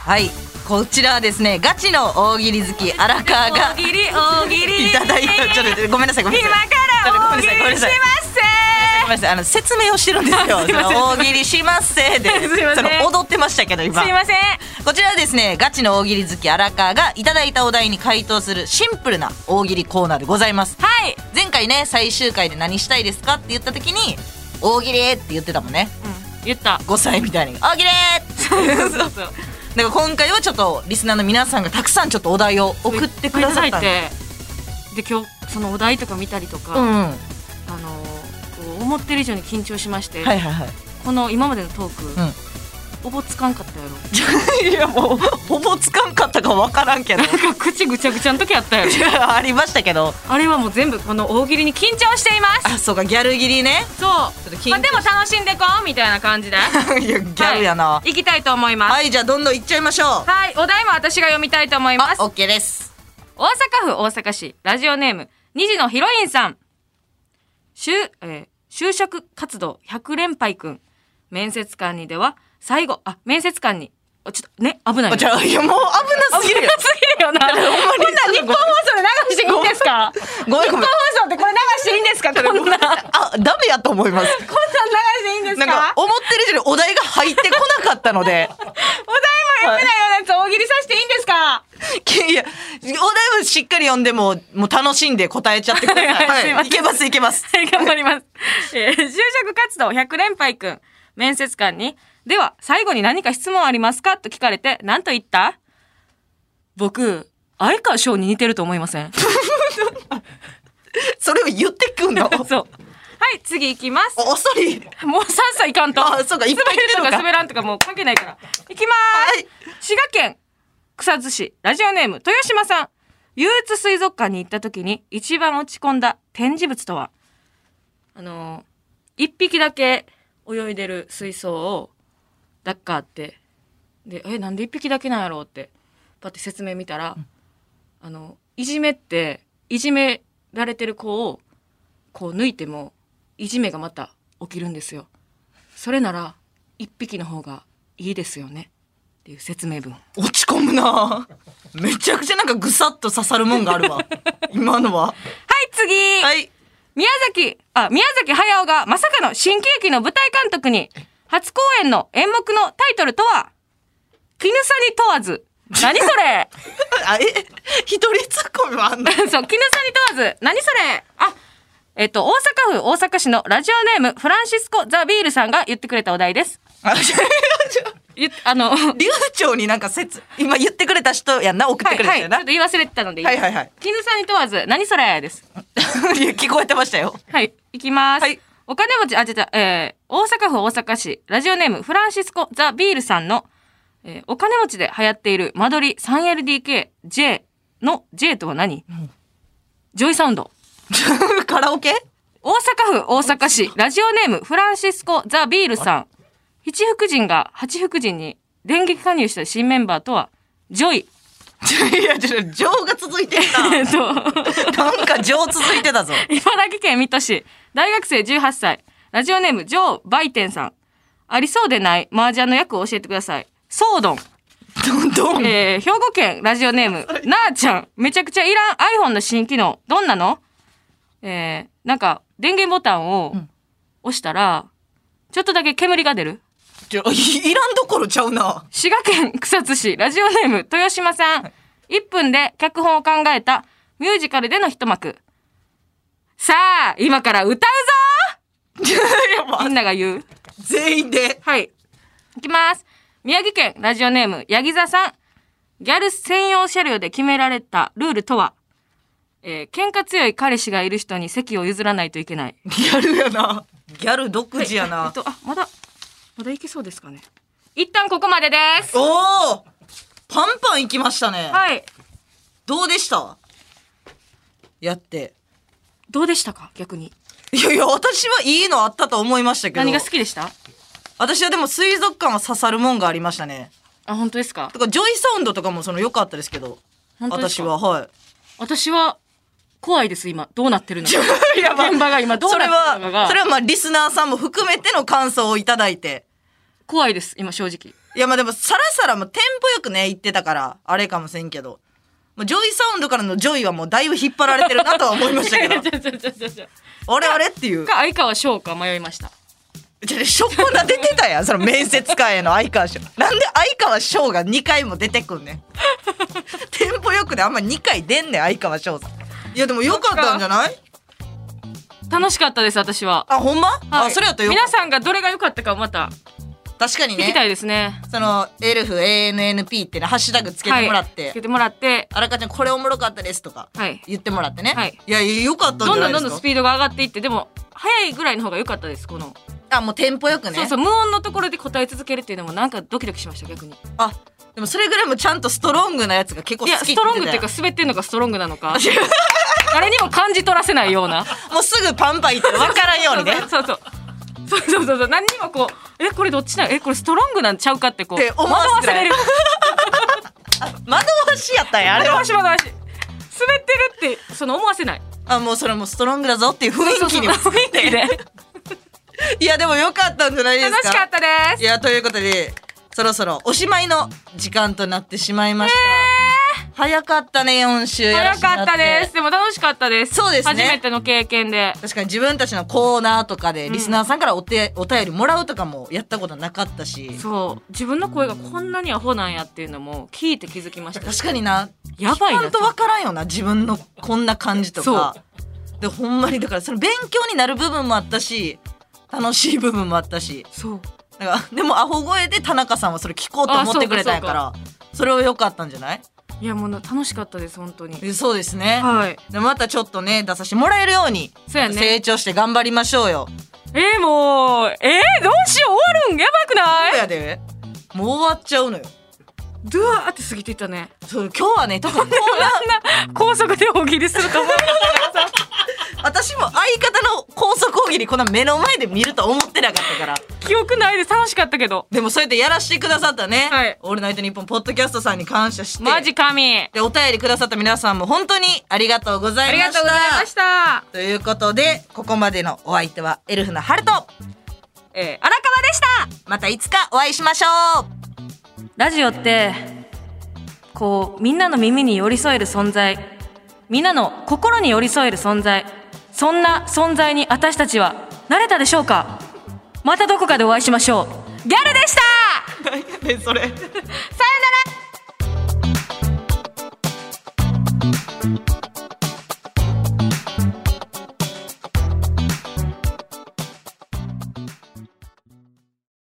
Speaker 1: はいこちらはですねガチの大喜利好き荒川
Speaker 2: リ
Speaker 1: が
Speaker 2: 大喜利大喜利
Speaker 1: いただいたちょっとごめんなさいごめん
Speaker 2: 今
Speaker 1: な
Speaker 2: か
Speaker 1: さいちょっと
Speaker 2: ら
Speaker 1: ごめんな
Speaker 2: 大喜
Speaker 1: さいごめん
Speaker 2: 利
Speaker 1: な
Speaker 2: し
Speaker 1: さい
Speaker 2: ますせ
Speaker 1: ごめんなさいあの説明をしてるんです よ。その大喜利しますせで
Speaker 2: すいません
Speaker 1: その踊ってましたけど今
Speaker 2: すい。ません
Speaker 1: こちらはですねガチの大喜利好き荒川がいただいたお題に回答するシンプルな大喜利コーナーでございます。
Speaker 2: はい
Speaker 1: 前回ね最終回で何したいですかって言った時に大喜利って言ってたもんね。
Speaker 2: うん言った
Speaker 1: 5歳みたいに大喜利
Speaker 2: そうそうそう
Speaker 1: だから今回はちょっとリスナーの皆さんがたくさんちょっとお題を送ってくださったんで。
Speaker 2: でで今日そのお題とか見たりとか、
Speaker 1: うん、は
Speaker 2: あのーこう思ってる以上に緊張しまして、
Speaker 1: いはいはい。
Speaker 2: この今までのトーク、
Speaker 1: うん
Speaker 2: おぼつかんかったやろ
Speaker 1: い やもうほぼつかんかったかわからんけど
Speaker 2: なんか口ぐちゃぐちゃの時あったやろ
Speaker 1: ありましたけど。
Speaker 2: あれはもう全部この大喜利に緊張しています
Speaker 1: あそうかギャル切りね。
Speaker 2: そ
Speaker 1: ちょ
Speaker 2: う
Speaker 1: っと緊張し
Speaker 2: まあ、でも楽しんでこうみたいな感じで
Speaker 1: い やギャルやな。
Speaker 2: は、
Speaker 1: はい
Speaker 2: 行きたいと思い
Speaker 1: い、
Speaker 2: ます
Speaker 1: じゃあどんどんいっちゃいましょう。
Speaker 2: はい、お題も私が読みたいと思います
Speaker 1: あオッケーです。
Speaker 2: 大阪府大阪市ラジオネーム2時のヒロインさん就,、えー就職活動100連敗くん面接官にでは最後あ面接官にあちょっとね危ない
Speaker 1: あ
Speaker 2: よ
Speaker 1: じゃあいやもう危なすぎるよ。
Speaker 2: すぎるよなこんなん日本放送で流していいんですか
Speaker 1: ごめんごめん。
Speaker 2: 放送ってこれ流していいんですかこんなこんなん流
Speaker 1: あダメやと思います。
Speaker 2: していいんです
Speaker 1: な
Speaker 2: か
Speaker 1: んか思ってる以上にお題が入ってこなかったの で。
Speaker 2: お題も読めないようなやつ大喜利させていいんですか
Speaker 1: いやお題はしっかり読んでももう楽しんで答えちゃってください。
Speaker 2: はいすいま
Speaker 1: はい、い
Speaker 2: せん
Speaker 1: けますいけます。
Speaker 2: はい、頑張ります。えー就職活動100連敗くん。面接官に、では、最後に何か質問ありますかと聞かれて、何と言った僕、相川翔に似てると思いません。
Speaker 1: それを言ってくんの。
Speaker 2: そう。はい、次行きます。
Speaker 1: お遅い。
Speaker 2: もう3歳いかんと。
Speaker 1: あそうかいっぱい
Speaker 2: 滑る
Speaker 1: 言ってるの
Speaker 2: と
Speaker 1: か
Speaker 2: か滑らんとかもう関係ないから。行きまーす。
Speaker 1: はい。
Speaker 2: 滋賀県草津市ラジオネーム豊島さん憂鬱水族館に行った時に一番落ち込んだ展示物とはあのー一匹だけ泳いでる水槽をダッカーってでえなんで一匹だけなんやろうってパッて説明見たら、あのいじめっていじめられてる子をこう抜いてもいじめがまた起きるんですよそれなら一匹の方がいいですよねっていう説明文
Speaker 1: 落ち込むな。めちゃくちゃなんかぐさっと刺さるもんがある わ。今のは。
Speaker 2: はい、次、
Speaker 1: はい。
Speaker 2: 宮崎、あ、宮崎駿がまさかの新喜劇の舞台監督に、初公演の演目のタイトルとは、絹さに問わず。何そ れ
Speaker 1: あえ一人ツッコミもあ んの。
Speaker 2: そう、絹さに問わず。何それあ、えっと、大阪府大阪市のラジオネーム、フランシスコ・ザ・ビールさんが言ってくれたお題です。
Speaker 1: あちょちょ
Speaker 2: ゆあの、はい、
Speaker 1: 流暢になんか説今言ってくれた人やんな送ってくれ
Speaker 2: は
Speaker 1: た
Speaker 2: い、ちょ
Speaker 1: よ
Speaker 2: っと
Speaker 1: な。
Speaker 2: 言い忘れてたのでいい
Speaker 1: はいはいはい。
Speaker 2: 絹さに問わず、何それです。
Speaker 1: いや聞こえてましたよ。
Speaker 2: はい、いきます。
Speaker 1: はい
Speaker 2: お金持ち、あ、違う違う、えー、大阪府大阪市、ラジオネーム、フランシスコ・ザ・ビールさんの、えー、お金持ちで流行っている間取り 3LDK、J の J とは何、ジョイサウンド。
Speaker 1: カラオケ？
Speaker 2: 大阪府大阪市、ラジオネーム、フランシスコ・ザ・ビールさん。七福神が八福神に電撃加入した新メンバーとは、ジョイ。
Speaker 1: いやちょっと情が続いてる
Speaker 2: え っと、
Speaker 1: な。 なんか情続いてたぞ。
Speaker 2: 茨城県水戸市、大学生18歳、ラジオネーム、ジョー・バイテンさん。ありそうでない麻雀の役を教えてください。ソードン。
Speaker 1: どんどん。
Speaker 2: えー、兵庫県ラジオネーム、なあちゃん。めちゃくちゃいらん iPhone の新機能。どんなのえー、なんか、電源ボタンを押したら、ちょっとだけ煙が出る。
Speaker 1: ちょいいらんどころちゃうな。
Speaker 2: 滋賀県草津市、ラジオネーム、豊島さん。1分で脚本を考えたミュージカルでの一幕。さあ、今から歌うぞ みんなが言う。
Speaker 1: 全員で。
Speaker 2: はい。いきます。宮城県ラジオネーム、ヤギ座さん。ギャル専用車両で決められたルールとは、えー喧嘩強い彼氏がいる人に席を譲らないといけない。
Speaker 1: ギャルやな。ギャル独自や
Speaker 2: えっ
Speaker 1: な。
Speaker 2: と、あ、まだ、まだいけそうですかね。一旦ここまでです。
Speaker 1: おお。パンパン行きましたね。
Speaker 2: はい。
Speaker 1: どうでした？やって。
Speaker 2: どうでしたか逆に。
Speaker 1: いやいや私はいいのあったと思いましたけど。
Speaker 2: 何が好きでした
Speaker 1: 私はでも水族館は刺さるもんがありましたね。
Speaker 2: あ、本当ですか
Speaker 1: とかジョイサウンドとかもその良かったですけど。
Speaker 2: 本当です
Speaker 1: 私
Speaker 2: か
Speaker 1: ははい。
Speaker 2: 私は、怖いです、今。どうなってる のか。現場が今どう
Speaker 1: そ
Speaker 2: な
Speaker 1: れ
Speaker 2: ってるのか
Speaker 1: は
Speaker 2: が。
Speaker 1: それはまあリスナーさんも含めての感想をいただいて
Speaker 2: 怖いです、今正直。
Speaker 1: いやまあでもさらさらもうテンポよくね言ってたからあれかもしれんけどもうジョイサウンドからのジョイはもうだいぶ引っ張られてるなとは思いました けど あれあれって いう
Speaker 2: か、相川翔か迷いました。
Speaker 1: じゃショコな出てたやんその面接官への相川翔なんで相川翔が2回も出てくんねんテンポよくであんま2回出んねん相川翔さんいやでもよかったんじゃない
Speaker 2: 楽しかったです、私は。
Speaker 1: あほんま、
Speaker 2: はい
Speaker 1: あそれやったらよかっ
Speaker 2: 皆さんがどれが良かったかまた
Speaker 1: た確かに
Speaker 2: 聞きた
Speaker 1: ね
Speaker 2: いですね。
Speaker 1: そのエルフ ANNP ってねハッシュタグつけてもらって、
Speaker 2: はい、つけてもらって、
Speaker 1: あらかちゃんこれおもろかったですとか
Speaker 2: はい
Speaker 1: 言ってもらってね、
Speaker 2: はい
Speaker 1: い、やいやよかったん
Speaker 2: ど
Speaker 1: じ
Speaker 2: ん
Speaker 1: ゃな
Speaker 2: どん
Speaker 1: い
Speaker 2: ど
Speaker 1: で
Speaker 2: んど
Speaker 1: す
Speaker 2: んス
Speaker 1: か
Speaker 2: ピードが上がっていって、でも、早いぐらいの方が良かったです、この。
Speaker 1: あもうテンポよくね
Speaker 2: そうそう、無音のところで答え続けるっていうのもなんかドキドキしました、逆に。
Speaker 1: あでもそれぐらいもちゃんとストロングなやつが結構
Speaker 2: い
Speaker 1: 好き
Speaker 2: や、
Speaker 1: って
Speaker 2: ス
Speaker 1: 言
Speaker 2: ト
Speaker 1: っ
Speaker 2: ロ
Speaker 1: て
Speaker 2: ン
Speaker 1: た
Speaker 2: グ
Speaker 1: やん
Speaker 2: っていうか、滑ってんのかストロングなのか。 誰にも感じ取らせないような。
Speaker 1: もうすぐパンパンいって分からんようにね
Speaker 2: そうそう。そうそうそうそう。何にもこう、え、これどっちなのえ、これストロングなんちゃうかってこう、
Speaker 1: って思わせ
Speaker 2: 惑わされる。
Speaker 1: 窓越しやったんやあれ
Speaker 2: 惑
Speaker 1: は
Speaker 2: わし惑わし。滑ってるって、その思わせない。
Speaker 1: あもうそれもうストロングだぞっていう雰囲気にも
Speaker 2: そうそうそう雰囲気で。
Speaker 1: いやでもよかったんじゃないですか
Speaker 2: 楽しかったです
Speaker 1: い。やということでそろそろおしまいの時間となってしまいました、早かったね4週やら
Speaker 2: 早
Speaker 1: せても
Speaker 2: からってたです。でも楽しかったです。
Speaker 1: そうですね
Speaker 2: 初めての経験で。
Speaker 1: 確かに自分たちのコーナーとかでリスナーさんからお手、お便りもらうとかもやったことなかったし
Speaker 2: そう。自分の声がこんなにアホなんやっていうのも聞いて気づきました。
Speaker 1: 確かにな
Speaker 2: やばい
Speaker 1: ち
Speaker 2: な
Speaker 1: ゃんと分からんよな自分のこんな感じとかでほんまにだからその勉強になる部分もあったし楽しい部分もあったし
Speaker 2: そう。
Speaker 1: だからでもアホ声で田中さんはそれ聞こうと思ってくれたんやからそれは良かったんじゃない
Speaker 2: いや、もうな楽しかったです、本当に。
Speaker 1: えそうですね、
Speaker 2: はい。
Speaker 1: でまたちょっとね出させてもらえるように
Speaker 2: そうやね。
Speaker 1: 成長して頑張りましょうよ。
Speaker 2: えー、もう、えー、どうしよう終わるんやば
Speaker 1: そ
Speaker 2: く
Speaker 1: う
Speaker 2: ない
Speaker 1: やでもう終わっちゃうのよ。
Speaker 2: ドゥワーって過ぎていったね。
Speaker 1: そう今日はね特にコー ナー
Speaker 2: あんな高速で大喜利すると思う。
Speaker 1: 私も相方の高速大喜利こんな目の前で見ると思ってなかったから
Speaker 2: 記憶ないです。楽しかったけど。
Speaker 1: でもそうやってやらしてくださったね「
Speaker 2: はい
Speaker 1: オールナイトニッポン」ポッドキャストさんに感謝して
Speaker 2: マジ神。
Speaker 1: でお便りくださった皆さんも本当にありがとうござ
Speaker 2: あ
Speaker 1: い
Speaker 2: り
Speaker 1: ま
Speaker 2: が
Speaker 1: した
Speaker 2: とうございました。
Speaker 1: ということでここまでのお相手はエルフのハルト
Speaker 2: えー、荒川でした。
Speaker 1: またいつかお会いしましょう
Speaker 2: ラジオってこうみんなの耳に寄り添える存在みんなの心に寄り添える存在そんな存在に私たちは慣れたでしょうかまたどこかでお会いしましょうギャルでしたそれさよ